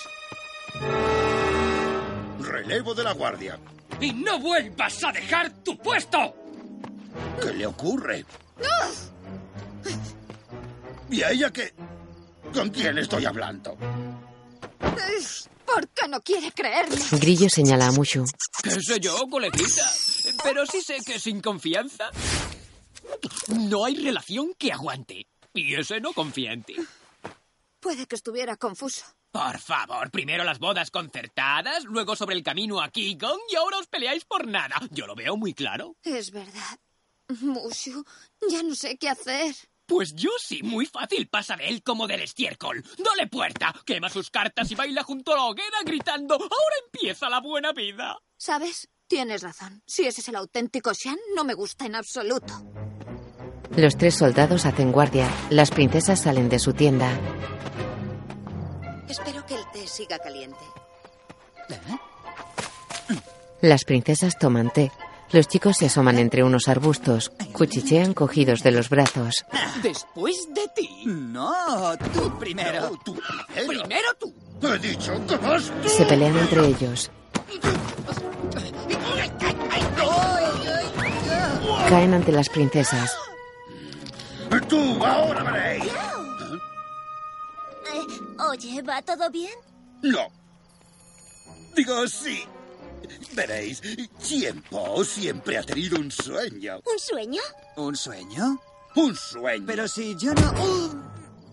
Relevo de la guardia.
Y no vuelvas a dejar tu puesto.
¿Qué le ocurre? ¿Y a ella qué? ¿Con quién estoy hablando?
¿Por qué no quiere creerme?
Grillo señala a Mushu.
¿Qué sé yo, coleguita? Pero sí sé que sin confianza no hay relación que aguante. Y ese no confía en ti.
Puede que estuviera confuso.
Por favor, primero las bodas concertadas, luego sobre el camino a Qigong y ahora os peleáis por nada. Yo lo veo muy claro.
Es verdad. Mushu, ya no sé qué hacer.
Pues yo sí, muy fácil. Pasa de él como del estiércol. Dale puerta, quema sus cartas y baila junto a la hoguera gritando ¡Ahora empieza la buena vida!
¿Sabes? Tienes razón. Si ese es el auténtico Sean, no me gusta en absoluto.
Los tres soldados hacen guardia. Las princesas salen de su tienda.
Espero que el té siga caliente.
Las princesas toman té. Los chicos se asoman entre unos arbustos, cuchichean cogidos de los brazos.
Después de ti.
No, tú primero. tú
primero. tú.
He dicho que vas tú.
Se pelean entre ellos. Caen ante las princesas.
Tú, ahora veréis.
Eh, oye, ¿va todo bien?
No. Digo, sí. Veréis, tiempo siempre ha tenido un sueño.
¿Un sueño?
¿Un sueño?
Un sueño.
Pero si yo no... ¡Uh!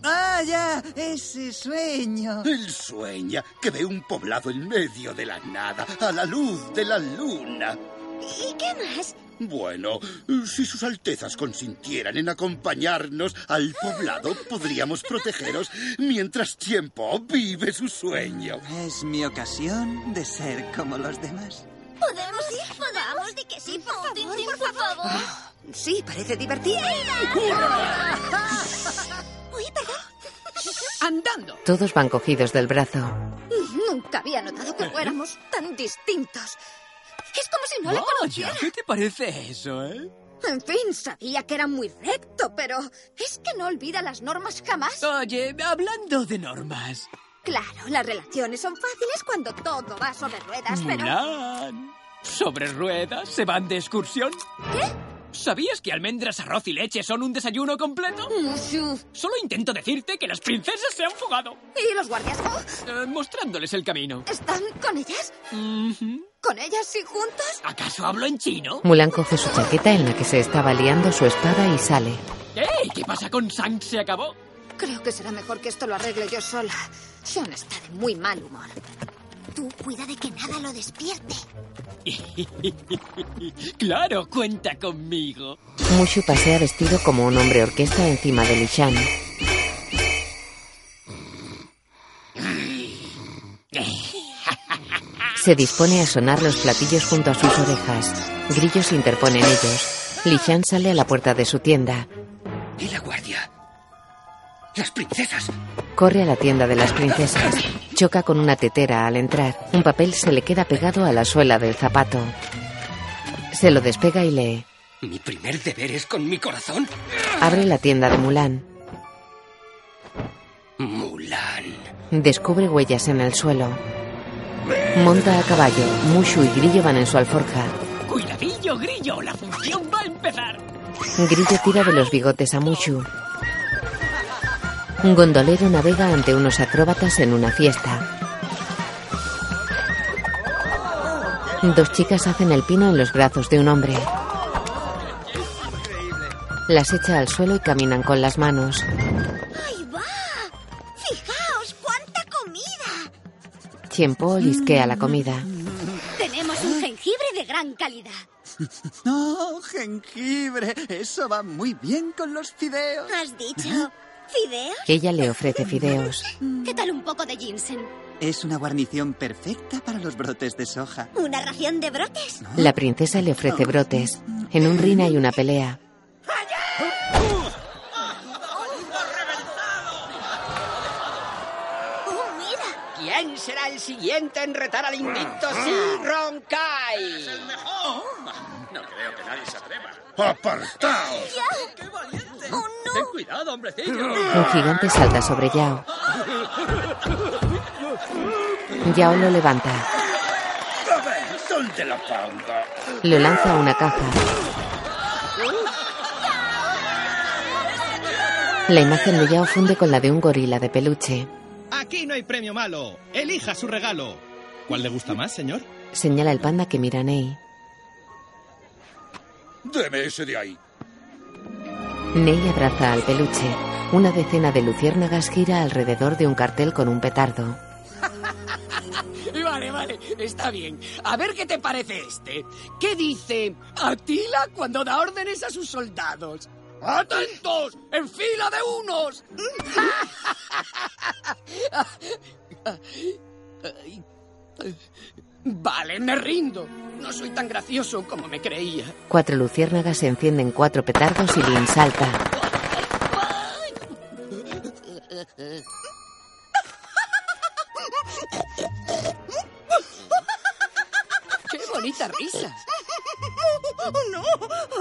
¡Ah, ya! Ese sueño.
Él sueña que ve un poblado en medio de la nada, a la luz de la luna.
¿Y qué más?
Bueno, si sus altezas consintieran en acompañarnos al poblado, podríamos protegeros mientras tiempo vive su sueño.
Es mi ocasión de ser como los demás.
¿Podemos ir? ¿Podemos? ¿De que sí? Por favor, por favor.
Sí, parece divertido.
Uy, perdón.
Andando.
Todos van cogidos del brazo.
Nunca había notado que fuéramos tan distintos. Es como si no la
Vaya,
conociera.
¿qué te parece eso, eh?
En fin, sabía que era muy recto, pero es que no olvida las normas jamás.
Oye, hablando de normas.
Claro, las relaciones son fáciles cuando todo va sobre ruedas, pero...
Mulan. ¿Sobre ruedas? ¿Se van de excursión? ¿Qué? ¿Sabías que almendras, arroz y leche son un desayuno completo?
Mm,
Solo intento decirte que las princesas se han fugado.
¿Y los guardias?
Eh, mostrándoles el camino.
¿Están con ellas? ¿Con ellas y juntos?
¿Acaso hablo en chino?
Mulan coge su chaqueta en la que se estaba liando su espada y sale.
¡Ey! ¿Qué pasa con Sang? ¿Se acabó?
Creo que será mejor que esto lo arregle yo sola. Sean está de muy mal humor. Tú cuida de que nada lo despierte.
claro, cuenta conmigo.
Mushu pasea vestido como un hombre orquesta encima de Lishan. Se dispone a sonar los platillos junto a sus orejas. Grillos se interponen ellos. Lishan sale a la puerta de su tienda.
¿Y la guardia? ¡Las princesas!
Corre a la tienda de las princesas. Choca con una tetera al entrar. Un papel se le queda pegado a la suela del zapato. Se lo despega y lee.
¿Mi primer deber es con mi corazón?
Abre la tienda de Mulan.
Mulan.
Descubre huellas en el suelo. Monta a caballo. Mushu y Grillo van en su alforja.
Cuidadillo, grillo, la función va a empezar.
Grillo tira de los bigotes a Mushu. Un gondolero navega ante unos acróbatas en una fiesta. Dos chicas hacen el pino en los brazos de un hombre. Las echa al suelo y caminan con las manos.
¡Ahí va! ¡Fijaos cuánta comida!
Tiempo lisquea la comida.
Tenemos un jengibre de gran calidad.
No, Oh, jengibre. Eso va muy bien con los fideos.
¿Has dicho? ¿Fideos?
Ella le ofrece fideos.
¿Qué tal un poco de ginseng?
Es una guarnición perfecta para los brotes de soja.
¿Una ración de brotes?
Ah.
La princesa le ofrece brotes. En un rin hay una pelea.
Oh,
¿Quién será el siguiente en retar al invicto Si Ronkai? ¡Es el mejor!
Oh, No creo que nadie se atreva.
¡Apartaos!
¡Oh,
¡Qué valiente! Ten cuidado, hombrecillo.
Un gigante salta sobre Yao. Yao lo levanta.
A ver, ¿dónde la pongo?
Lo lanza a una caja. La imagen de Yao funde con la de un gorila de peluche.
Aquí no hay premio malo. Elija su regalo. ¿Cuál le gusta más, señor?
Señala el panda que mira a Ney.
Deme ese de ahí.
Ney abraza al peluche. Una decena de luciérnagas gira alrededor de un cartel con un petardo.
Vale, vale, está bien. A ver qué te parece este. ¿Qué dice Atila cuando da órdenes a sus soldados? ¡Atentos! ¡En fila de unos! Vale, me rindo. No soy tan gracioso como me creía.
Cuatro luciérnagas encienden cuatro petardos y Lin salta.
¡Qué bonita risa!
¡Oh, no!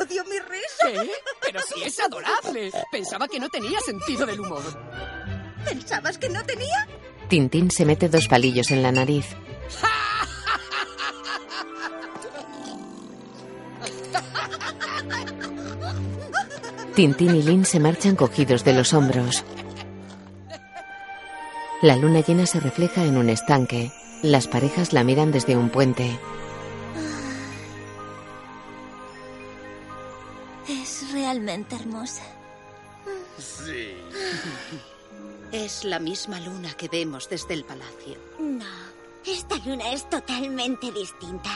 ¡Odio mi risa!
¿Qué? Pero si es adorable. Pensaba que no tenía sentido del humor.
¿Pensabas que no tenía?
Tintín se mete dos palillos en la nariz. Tintín y Lin se marchan cogidos de los hombros. La luna llena se refleja en un estanque. Las parejas la miran desde un puente.
Es realmente hermosa.
Sí.
Es la misma luna que vemos desde el palacio.
No, esta luna es totalmente distinta.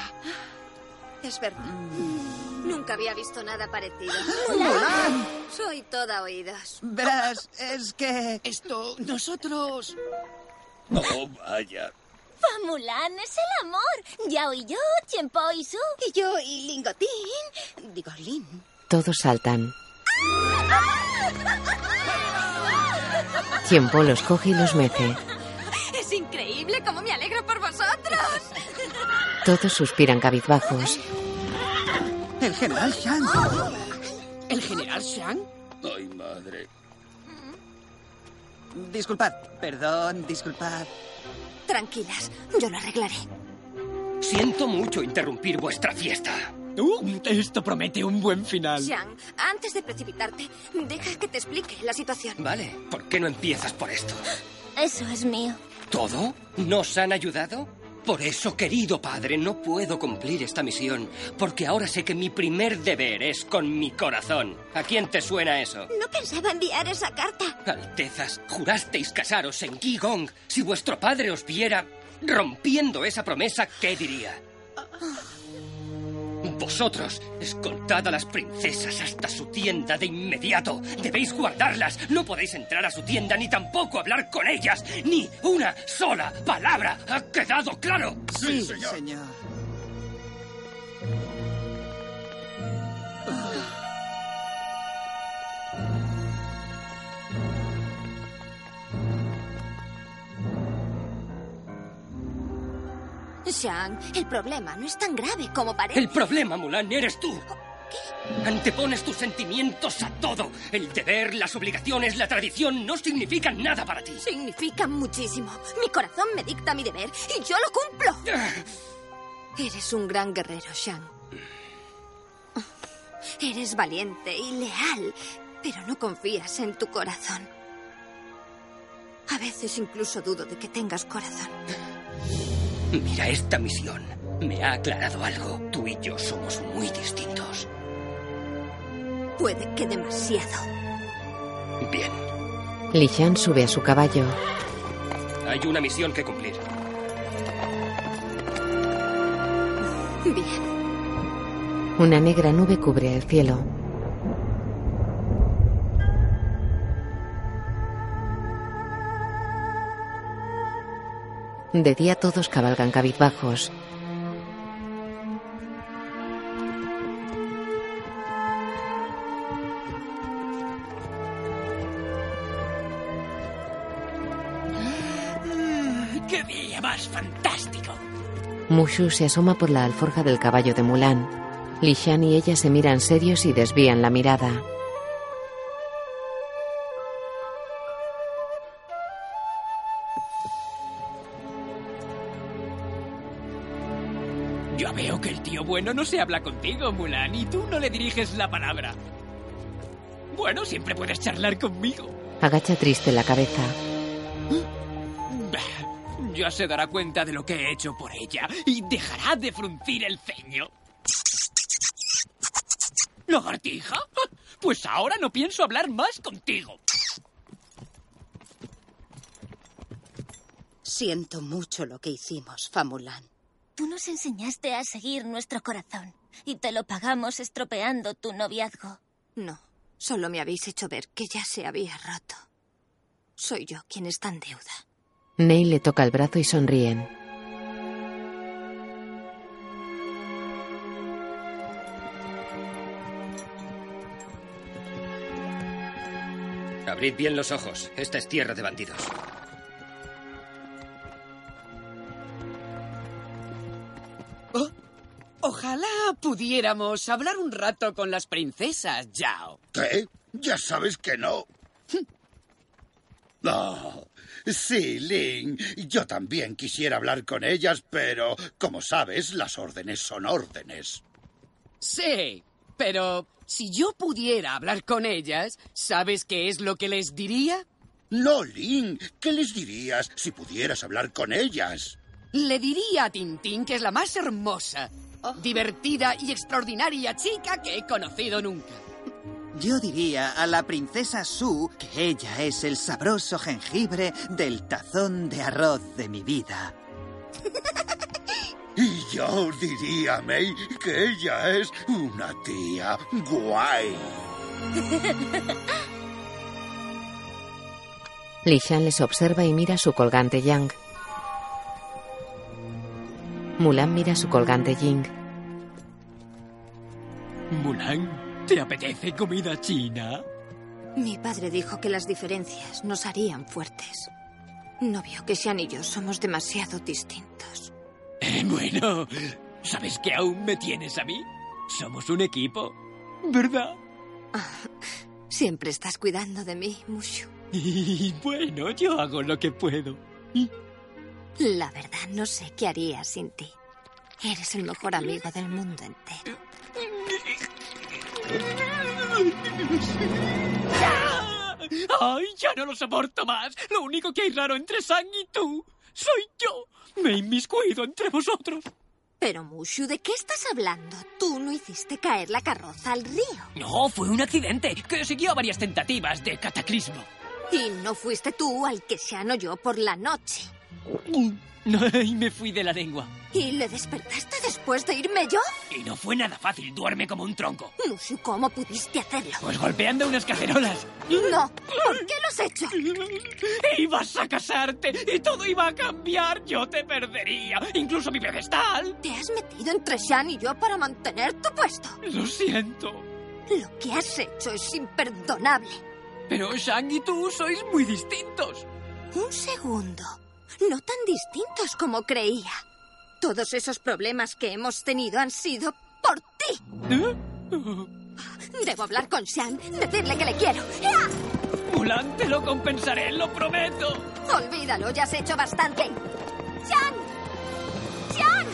Es verdad.
Mm.
Nunca había visto nada parecido.
Ah,
¡Mulan!
Soy toda oídos.
Verás, es que...
Esto, nosotros...
Oh, vaya.
Famulan es el amor. Yao y yo, Tiempo y Su.
Y yo y Lingotín. Digo, Lin.
Todos saltan.
¡Ah!
Tiempo los coge y los mece.
Es increíble cómo me alegro por vosotros.
Todos suspiran cabizbajos.
El general Shang. ¿El general Shang?
Ay, madre.
Disculpad, perdón, disculpad.
Tranquilas, yo lo arreglaré.
Siento mucho interrumpir vuestra fiesta.
Uh, esto promete un buen final.
Shang, antes de precipitarte, deja que te explique la situación.
Vale, ¿por qué no empiezas por esto?
Eso es mío.
¿Todo? ¿Nos han ayudado? Por eso, querido padre, no puedo cumplir esta misión, porque ahora sé que mi primer deber es con mi corazón. ¿A quién te suena eso?
No pensaba enviar esa carta.
Altezas, jurasteis casaros en Gigong. Si vuestro padre os viera rompiendo esa promesa, ¿qué diría? Vosotros, escoltad a las princesas hasta su tienda de inmediato. Debéis guardarlas. No podéis entrar a su tienda ni tampoco hablar con ellas. Ni una sola palabra. ¿Ha quedado claro?
Sí, señor.
Shang, el problema no es tan grave como parece.
El problema, Mulan, eres tú. Antepones tus sentimientos a todo. El deber, las obligaciones, la tradición no significan nada para ti.
Significa muchísimo. Mi corazón me dicta mi deber y yo lo cumplo. Eres un gran guerrero, Shang. Eres valiente y leal, pero no confías en tu corazón. A veces incluso dudo de que tengas corazón.
Mira, esta misión me ha aclarado algo. Tú y yo somos muy distintos.
Puede que demasiado.
Bien,
Li Shan sube a su caballo.
hay una misión que cumplir.
Bien.
Una negra nube cubre el cielo. De día todos cabalgan cabizbajos.
¡Qué día más fantástico!
Mushu se asoma por la alforja del caballo de Mulan. Li Shan y ella se miran serios y desvían la mirada.
Yo veo que el tío bueno no se habla contigo, Mulan, y tú no le diriges la palabra. Bueno, siempre puedes charlar conmigo.
Agacha triste la cabeza.
Bah, Ya se dará cuenta de lo que he hecho por ella y dejará de fruncir el ceño. ¿Lagartija? Pues ahora no pienso hablar más contigo.
Siento mucho lo que hicimos, Famulan.
Tú nos enseñaste a seguir nuestro corazón y te lo pagamos estropeando tu noviazgo.
No, solo me habéis hecho ver que ya se había roto. Soy yo quien está en deuda.
Ney le toca el brazo y sonríen.
Abrid bien los ojos. Esta es tierra de bandidos.
Ojalá pudiéramos hablar un rato con las princesas, Yao.
¿Qué? ¿Eh? Ya sabes que no. Ah, sí, Lin. Yo también quisiera hablar con ellas, pero, como sabes, las órdenes son órdenes.
Sí, pero si yo pudiera hablar con ellas, ¿sabes qué es lo que les diría?
No, Lin. ¿Qué les dirías si pudieras hablar con ellas?
Le diría a Tintín que es la más hermosa,
Oh.
divertida y extraordinaria chica que he conocido nunca.
Yo diría a la princesa Su que ella es el sabroso jengibre del tazón de arroz de mi vida.
Y yo diría a May que ella es una tía guay.
Li Shan les observa y mira su colgante Yang. Mulan mira su colgante Ying.
Mulan, ¿te apetece comida china?
Mi padre dijo que las diferencias nos harían fuertes. No vio que Sean y yo somos demasiado distintos.
Eh, Bueno, ¿sabes que aún me tienes a mí? Somos un equipo, ¿verdad?
Siempre estás cuidando de mí, Mushu.
Y bueno, yo hago lo que puedo.
La verdad, no sé qué haría sin ti. Eres el mejor amigo del mundo entero.
¡Ay, ya no lo soporto más! Lo único que hay raro entre San y tú soy yo. Me he inmiscuido entre vosotros.
Pero, Mushu, ¿de qué estás hablando? Tú no hiciste caer la carroza al río.
No, fue un accidente que siguió a varias tentativas de cataclismo.
Y no fuiste tú al que se anoyó por la noche.
Y me fui de la lengua.
¿Y le despertaste después de irme yo?
Y no fue nada fácil, duerme como un tronco.
Mushu, ¿cómo pudiste hacerlo?
Pues golpeando unas cacerolas.
No, ¿por qué lo has hecho?
Ibas a casarte y todo iba a cambiar. Yo te perdería, incluso mi pedestal.
Te has metido entre Shan y yo para mantener tu puesto.
Lo siento.
Lo que has hecho es imperdonable.
Pero Shang y tú sois muy distintos.
Un segundo. No tan distintos como creía. Todos esos problemas que hemos tenido han sido por ti.
¿eh?
Debo hablar con Shang, decirle que le quiero. ¡Ah!
Mulan, te lo compensaré, lo prometo.
Olvídalo, ya has hecho bastante. ¡Shang! ¡Shang!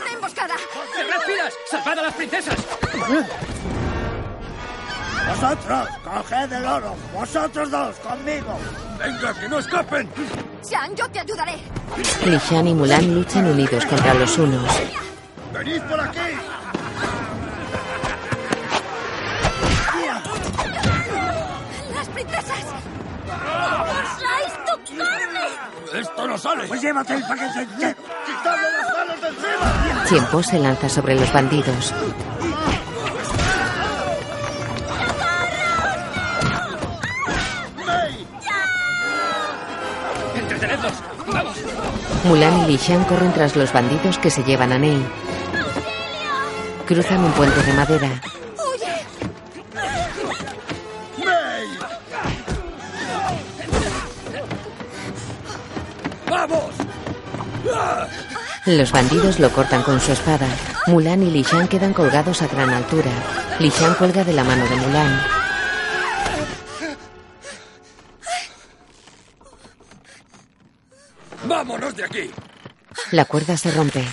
¡Una emboscada!
¡Cerrad filas! ¡Salvad a las princesas!
¡Vosotros! ¡Coged el oro! ¡Vosotros dos! ¡Conmigo!
¡Venga, que no escapen!
Shang, yo te ayudaré.
Li Shan y Mulan luchan unidos contra los unos.
¡Venid por aquí!
¡Las princesas! ¡Osáis tocarme!
¡Esto no sale!
¡Pues llévate el paquete entero! ¡Quitadle las manos de encima!
Tiempo se lanza sobre los bandidos.
¡Entretenedlos! ¡Vamos!
Mulan y Li Shan corren tras los bandidos que se llevan a Ney. Cruzan un puente de madera.
¡May!
¡Vamos!
Los bandidos lo cortan con su espada. Mulan y Li Shan quedan colgados a gran altura. Li Shan cuelga de la mano de Mulan.
¡Vámonos de aquí!
La cuerda se rompe.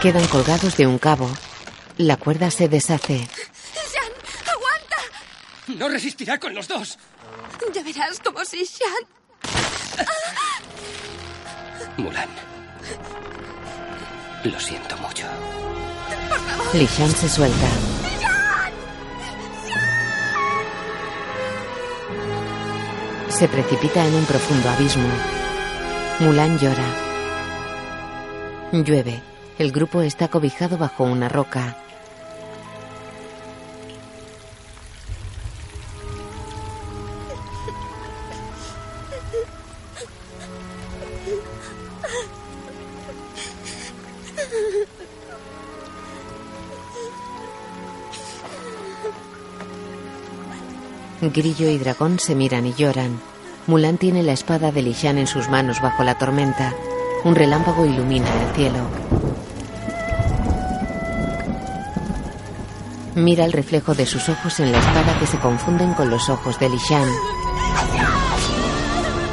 Quedan colgados de un cabo. La cuerda se deshace.
¡Shan, aguanta!
¡No resistirá con los dos!
Ya verás como si Shan...
Mulan. Lo siento mucho.
Li Shan se suelta. Se precipita en un profundo abismo. Mulan llora. Llueve. El grupo está cobijado bajo una roca. Grillo y dragón se miran y lloran. Mulan tiene la espada de Lishan en sus manos bajo la tormenta. Un relámpago ilumina el cielo. Mira el reflejo de sus ojos en la espada que se confunden con los ojos de Lishan.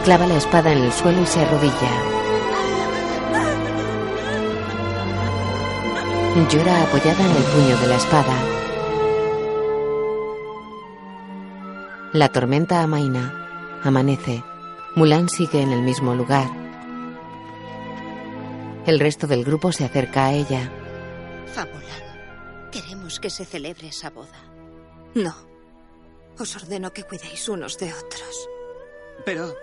Clava la espada en el suelo y se arrodilla. Llora apoyada en el puño de la espada. La tormenta amaina. Amanece. Mulan sigue en el mismo lugar. El resto del grupo se acerca a ella.
Fabulan, queremos que se celebre esa boda.
No. Os ordeno que cuidéis unos de otros.
Pero...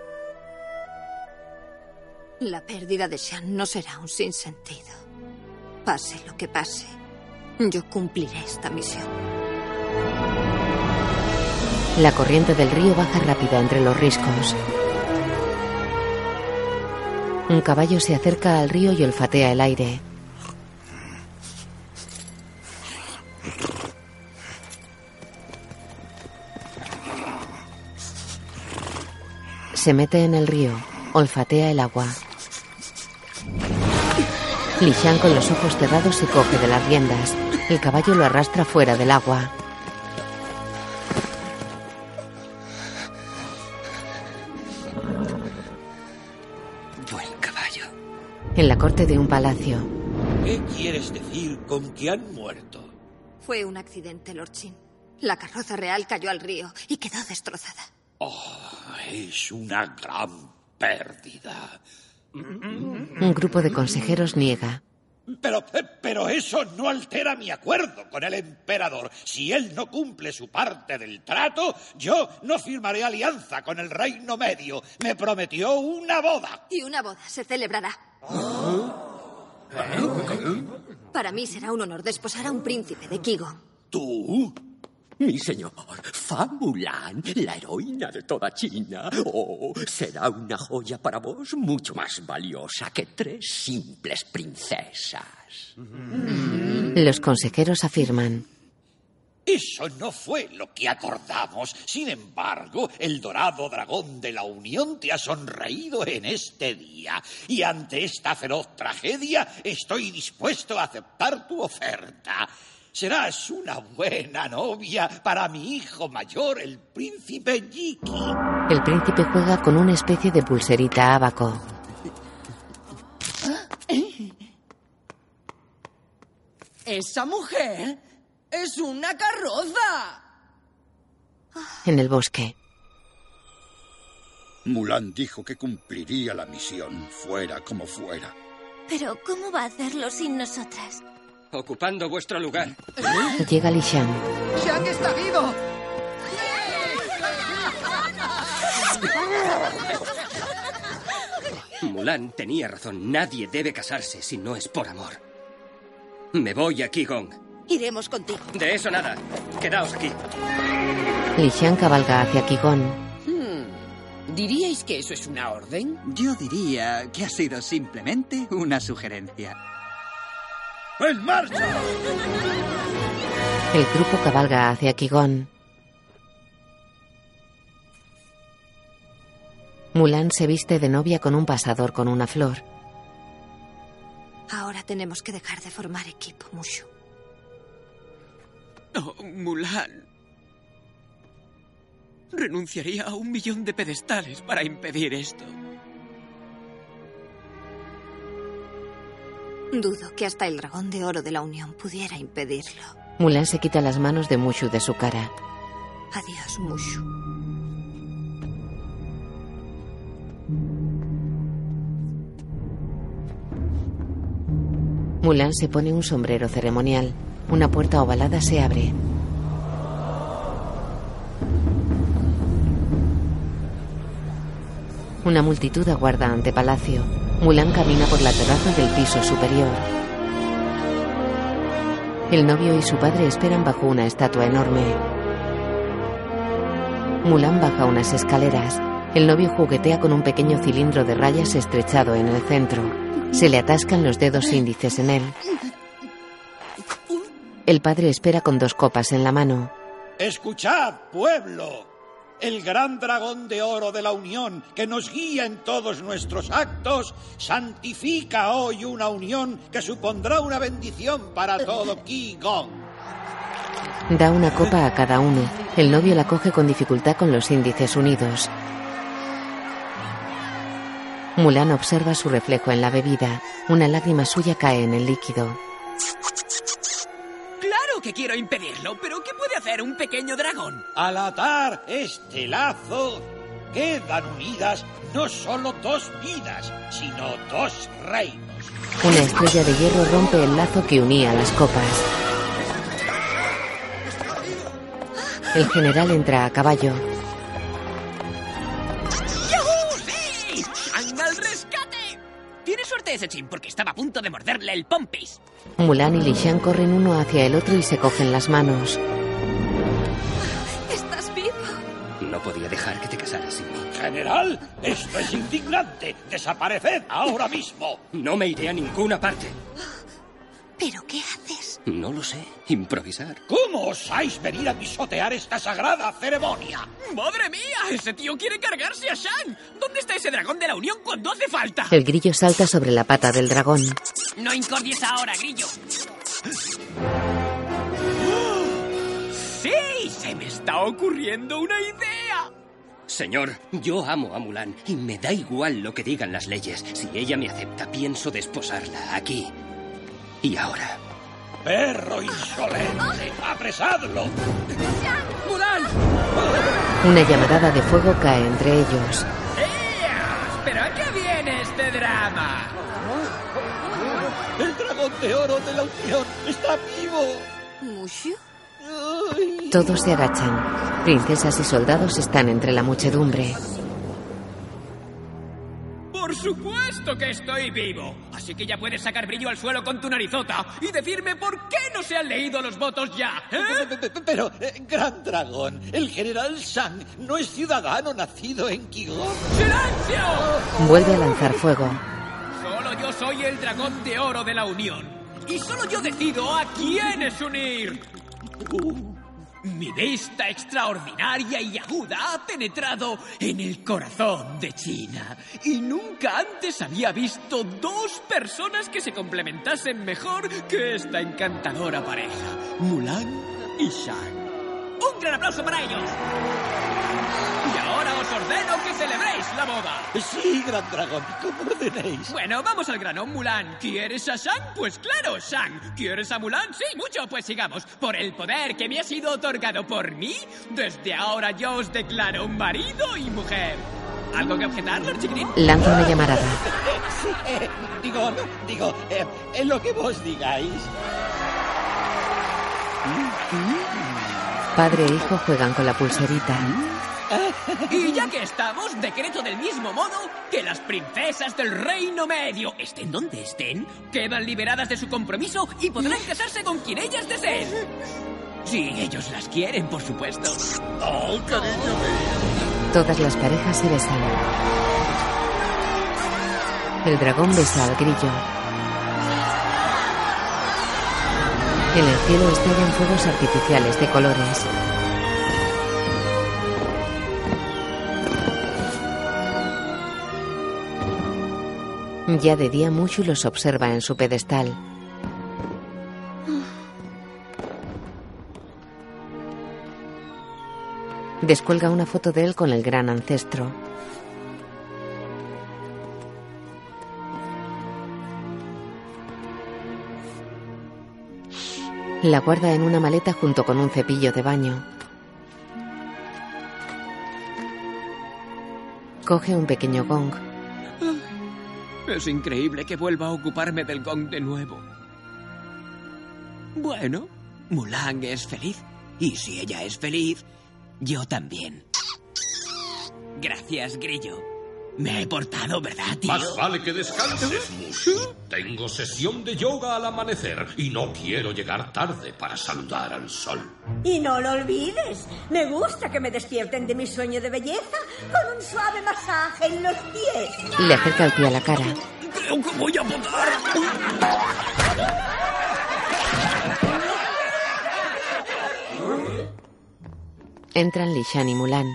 La pérdida de Shan no será un sinsentido. Pase lo que pase, yo cumpliré esta misión.
La corriente del río baja rápida entre los riscos. Un caballo se acerca al río y olfatea el aire. Se mete en el río, olfatea el agua. Li Shan con los ojos cerrados se coge de las riendas. El caballo lo arrastra fuera del agua.
Buen caballo.
En la corte de un palacio,
¿Qué quieres decir con que han muerto?
Fue un accidente, Lord Chin. La carroza real cayó al río y quedó destrozada.
Es una gran pérdida.
un grupo de consejeros niega.
Pero, pero eso no altera mi acuerdo con el emperador. Si él no cumple su parte del trato, yo no firmaré alianza con el Reino Medio. Me prometió una boda.
Y una boda se celebrará. Para mí será un honor desposar a un príncipe de Kigo.
¿Tú?
Mi señor, Fa Mulan, la heroína de toda China. Oh, será una joya para vos mucho más valiosa que tres simples princesas.
Los consejeros afirman.
Eso no fue lo que acordamos. Sin embargo, el dorado dragón de la Unión te ha sonreído en este día. Y ante esta feroz tragedia, estoy dispuesto a aceptar tu oferta. Serás una buena novia para mi hijo mayor, el príncipe Jiki.
El príncipe juega con una especie de pulserita abaco.
Esa mujer es una carroza.
En el bosque,
Mulan dijo que cumpliría la misión, fuera como fuera.
Pero ¿cómo va a hacerlo sin nosotras?
Ocupando vuestro lugar.
llega Li Shan.
¡Shang está vivo!
Mulan tenía razón. Nadie debe casarse si no es por amor. Me voy a Qigong.
Iremos contigo.
De eso nada. Quedaos aquí.
Li Shan cabalga hacia Qigong.
Hmm. ¿Diríais que eso es una orden? Yo diría que ha sido simplemente una sugerencia.
¡En marcha!
El grupo cabalga hacia Qigong. Mulan se viste de novia con un pasador con una flor.
Ahora tenemos que dejar de formar equipo, Mushu.
Oh, Mulan. Renunciaría a un millón de pedestales para impedir esto.
Dudo que hasta el dragón de oro de la Unión pudiera impedirlo.
Mulan se quita las manos de Mushu de su cara.
Adiós, Mushu.
Mulan se pone un sombrero ceremonial. Una puerta ovalada se abre. Una multitud aguarda ante palacio. Mulan camina por la terraza del piso superior. El novio y su padre esperan bajo una estatua enorme. Mulan baja unas escaleras. El novio juguetea con un pequeño cilindro de rayas estrechado en el centro. Se le atascan los dedos índices en él. El padre espera con dos copas en la mano.
Escuchad, pueblo, el gran dragón de oro de la Unión que nos guía en todos nuestros actos, santifica hoy una unión que supondrá una bendición para todo Qigong.
Da una copa a cada uno. El novio la coge con dificultad con los índices unidos. Mulan observa su reflejo en la bebida. Una lágrima suya cae en el líquido.
Claro que quiero impedirlo, pero ¿qué puede hacer un pequeño dragón?
Al atar este lazo, quedan unidas no solo dos vidas, sino dos reinos.
Una estrella de hierro rompe el lazo que unía las copas. El general entra a caballo.
¡Yahoo! ¡Ang al rescate! Tiene suerte ese chin porque estaba a punto de morderle el pompis.
Mulan y Li Shan corren uno hacia el otro y se cogen las manos.
¿Estás vivo?
No podía dejar que te casaras sin mí. General, esto es indignante. Desapareced ahora mismo. No me iré a ninguna parte.
¿Pero qué haces?
No lo sé. Improvisar.
¿Cómo osáis venir a pisotear esta sagrada ceremonia?
¡Madre mía! ¡Ese tío quiere cargarse a Shang! ¿Dónde está ese dragón de la Unión cuando hace falta?
El grillo salta sobre la pata del dragón.
No incordies ahora, grillo. ¡Sí! ¡Se me está ocurriendo una idea!
Señor, yo amo a Mulan y me da igual lo que digan las leyes. Si ella me acepta, pienso desposarla aquí y ahora.
¡Perro insolente! ¡Apresadlo!
Una llamarada de fuego cae entre ellos.
¡Eh! ¿Pero a qué viene este drama?
¡El dragón de oro de la unión está vivo!
¿Mushu?
Todos se agachan. Princesas y soldados están entre la muchedumbre.
¡Por supuesto que estoy vivo! Así que ya puedes sacar brillo al suelo con tu narizota y decirme por qué no se han leído los votos ya, ¿eh?
Pero, eh, gran dragón, el general Shang no es ciudadano nacido en Kigón.
Vuelve a lanzar fuego.
Solo yo soy el dragón de oro de la Unión. Y solo yo decido a quiénes unir. Uh, Mi vista extraordinaria y aguda ha penetrado en el corazón de China. Y nunca antes había visto dos personas que se complementasen mejor que esta encantadora pareja. Mulan y Shang. Un gran aplauso para ellos. Y ahora os ordeno que celebréis la boda.
Sí, gran dragón, como ordenéis.
Bueno, vamos al grano, Mulan. ¿Quieres a Shang? Pues claro, Shang. ¿Quieres a Mulan? Sí, mucho. Pues sigamos. Por el poder que me ha sido otorgado por mí, desde ahora yo os declaro marido y mujer. ¿Algo que objetar, Lord Chiquitín?
Lanza una llamarada.
Sí, eh, digo, no, digo, eh, eh, lo que vos digáis.
Padre e hijo juegan con la pulserita.
Y ya que estamos, decreto del mismo modo que las princesas del Reino Medio, estén donde estén, quedan liberadas de su compromiso y podrán casarse con quien ellas deseen. Si ellos las quieren, por supuesto.
¡Oh, cariño
Todas las parejas se besan. El dragón besa al grillo. En el cielo estallan fuegos artificiales de colores. Ya de día Mushu los observa en su pedestal. Descuelga una foto de él con el gran ancestro. La guarda en una maleta junto con un cepillo de baño. Coge un pequeño gong.
Es increíble que vuelva a ocuparme del gong de nuevo. Bueno, Mulan es feliz. Y si ella es feliz, yo también. Gracias, Grillo. Me he portado, ¿verdad, tío?
Más vale que descanses, Mushu. Tengo sesión de yoga al amanecer y no quiero llegar tarde para saludar al sol.
Y no lo olvides, me gusta que me despierten de mi sueño de belleza con un suave masaje en los pies.
Le acerca el pie a la cara.
Creo que voy a votar.
Entran Lishan y Mulan.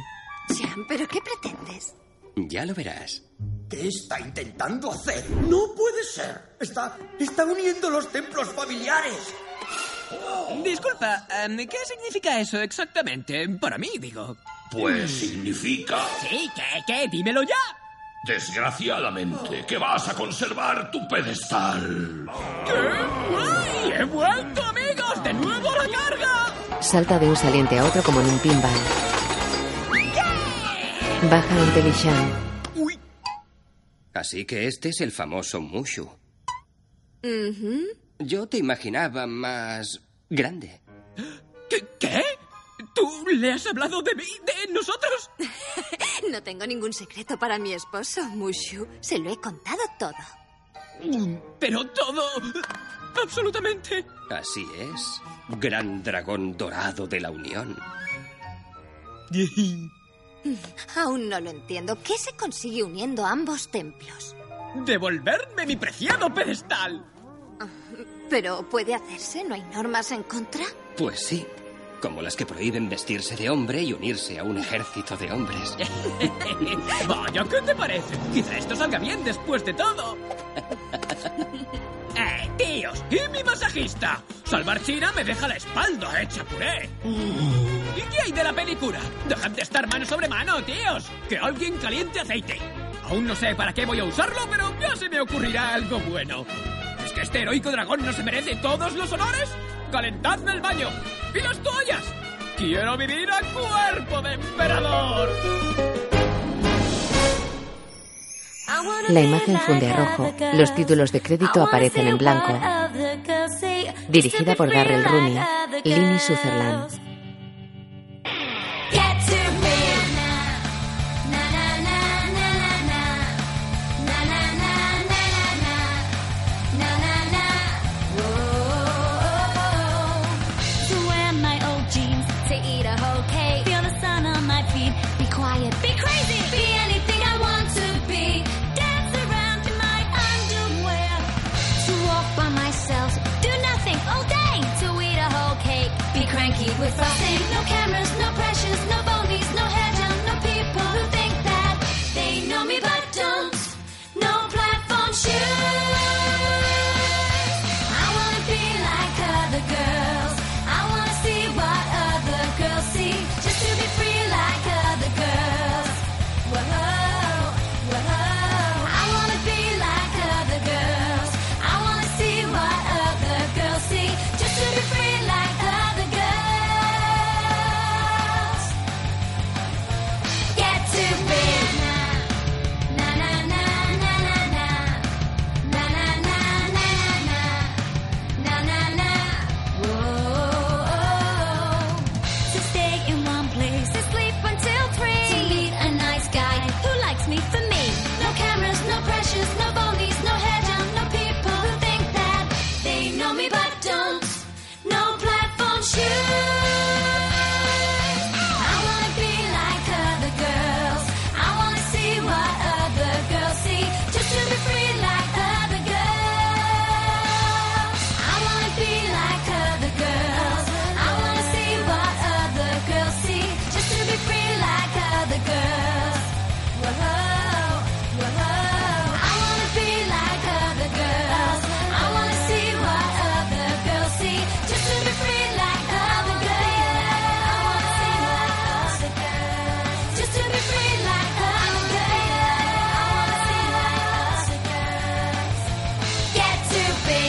Jan, ¿pero qué pretendes?
Ya lo verás.
¿Qué está intentando hacer? No puede ser. Está, está uniendo los templos familiares.
Disculpa, em, ¿qué significa eso exactamente? Para mí, digo.
Pues significa,
Sí, ¿qué? Eh, ¿Qué? Dímelo ya.
desgraciadamente, que vas a conservar tu pedestal.
¡Ay, he vuelto, amigos! ¡De nuevo a la carga!
Salta de un saliente a otro como en un pinball. Baja ante Lishan.
Así que este es el famoso Mushu. Yo te imaginaba más grande.
¿Qué? ¿Tú le has hablado de mí, de nosotros?
No tengo ningún secreto para mi esposo, Mushu. Se lo he contado todo.
Pero todo... Absolutamente.
Así es. Gran dragón dorado de la Unión.
Mm, Aún no lo entiendo. ¿Qué se consigue uniendo ambos templos?
Devolverme mi preciado pedestal.
Pero puede hacerse, ¿no hay normas en contra?
Pues sí. Como las que prohíben vestirse de hombre y unirse a un ejército de hombres.
Vaya, ¿qué te parece? Quizá esto salga bien después de todo. ¡Eh, tíos! ¡Y mi masajista! Salvar China me deja la espalda hecha puré. ¿Y qué hay de la película? Dejad de estar mano sobre mano, tíos. Que alguien caliente aceite. Aún no sé para qué voy a usarlo, pero ya se me ocurrirá algo bueno. ¿Es que este heroico dragón no se merece todos los honores? ¡Calentadme el baño! ¡Y las toallas! ¡Quiero vivir a cuerpo de emperador!
La imagen funde a rojo, los títulos de crédito aparecen en blanco. Dirigida por Darrell Rooney, Lini Sutherland.
To wear my old jeans, to eat a whole cake, feel the sun on my feet, be quiet, be crazy, be anything I want to be. Dance around in my underwear, to walk by myself, do nothing all day, to eat a whole cake, be cranky with frosting. No cameras, no pressures, no bonies, no hair gel, no people who think that they know me but don't. No platform shoes. I wanna be like other girls. I wanna see what other girls see. Just to be free like other girls. Whoa, whoa. I wanna be like other girls. I wanna see what other girls see. Just to be free like other girls. Get to be na na na na na na na na na na na na na. Na na na, whoa. To stay in one place, to sleep until three, to meet a nice guy who likes me for me. No cameras, no pressures, no bonies, no hair down, no people who think that they know me but don't. No platform shoes. I wanna be like other girls. I wanna see what other girls see, just to be free like other girls. I wanna be like other girls. I wanna see what other girls see, just to be free like other girls. Whoa, whoa. I wanna be like other girls. I wanna see what other girls see, just to be free like other girls. I wanna see what other girls, just to be free like other girls. I wanna see what other girls get to be.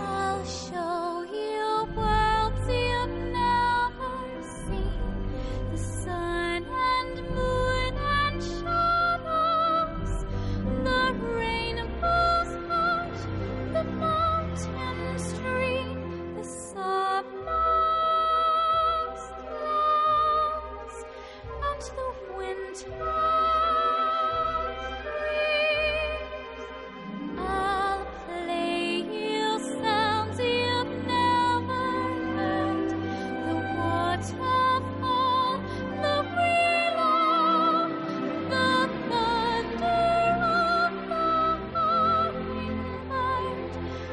I'll show you worlds you've never seen. The sun and moon and shadows, the rainbow's heart, the mountain stream, the summer's clouds, and the winter's breeze. I'll play you sounds you've never heard. The waterfall, the willow, the thunder of the hummingbird,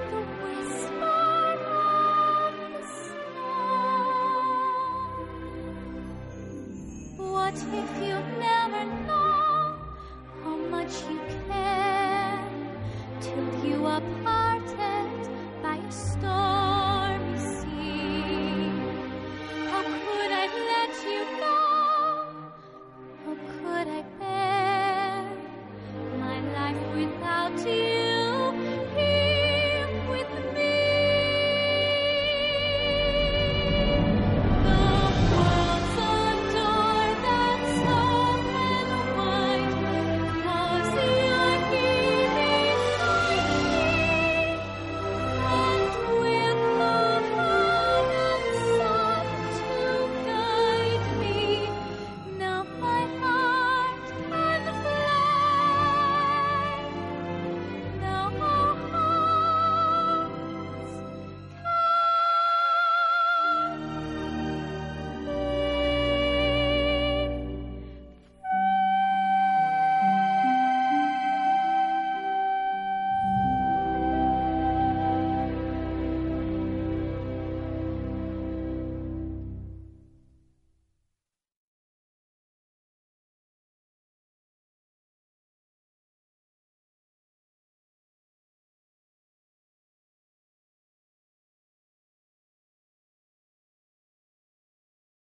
the whisper of the snow. What if you've never known how much you care? till you are parted by a storm.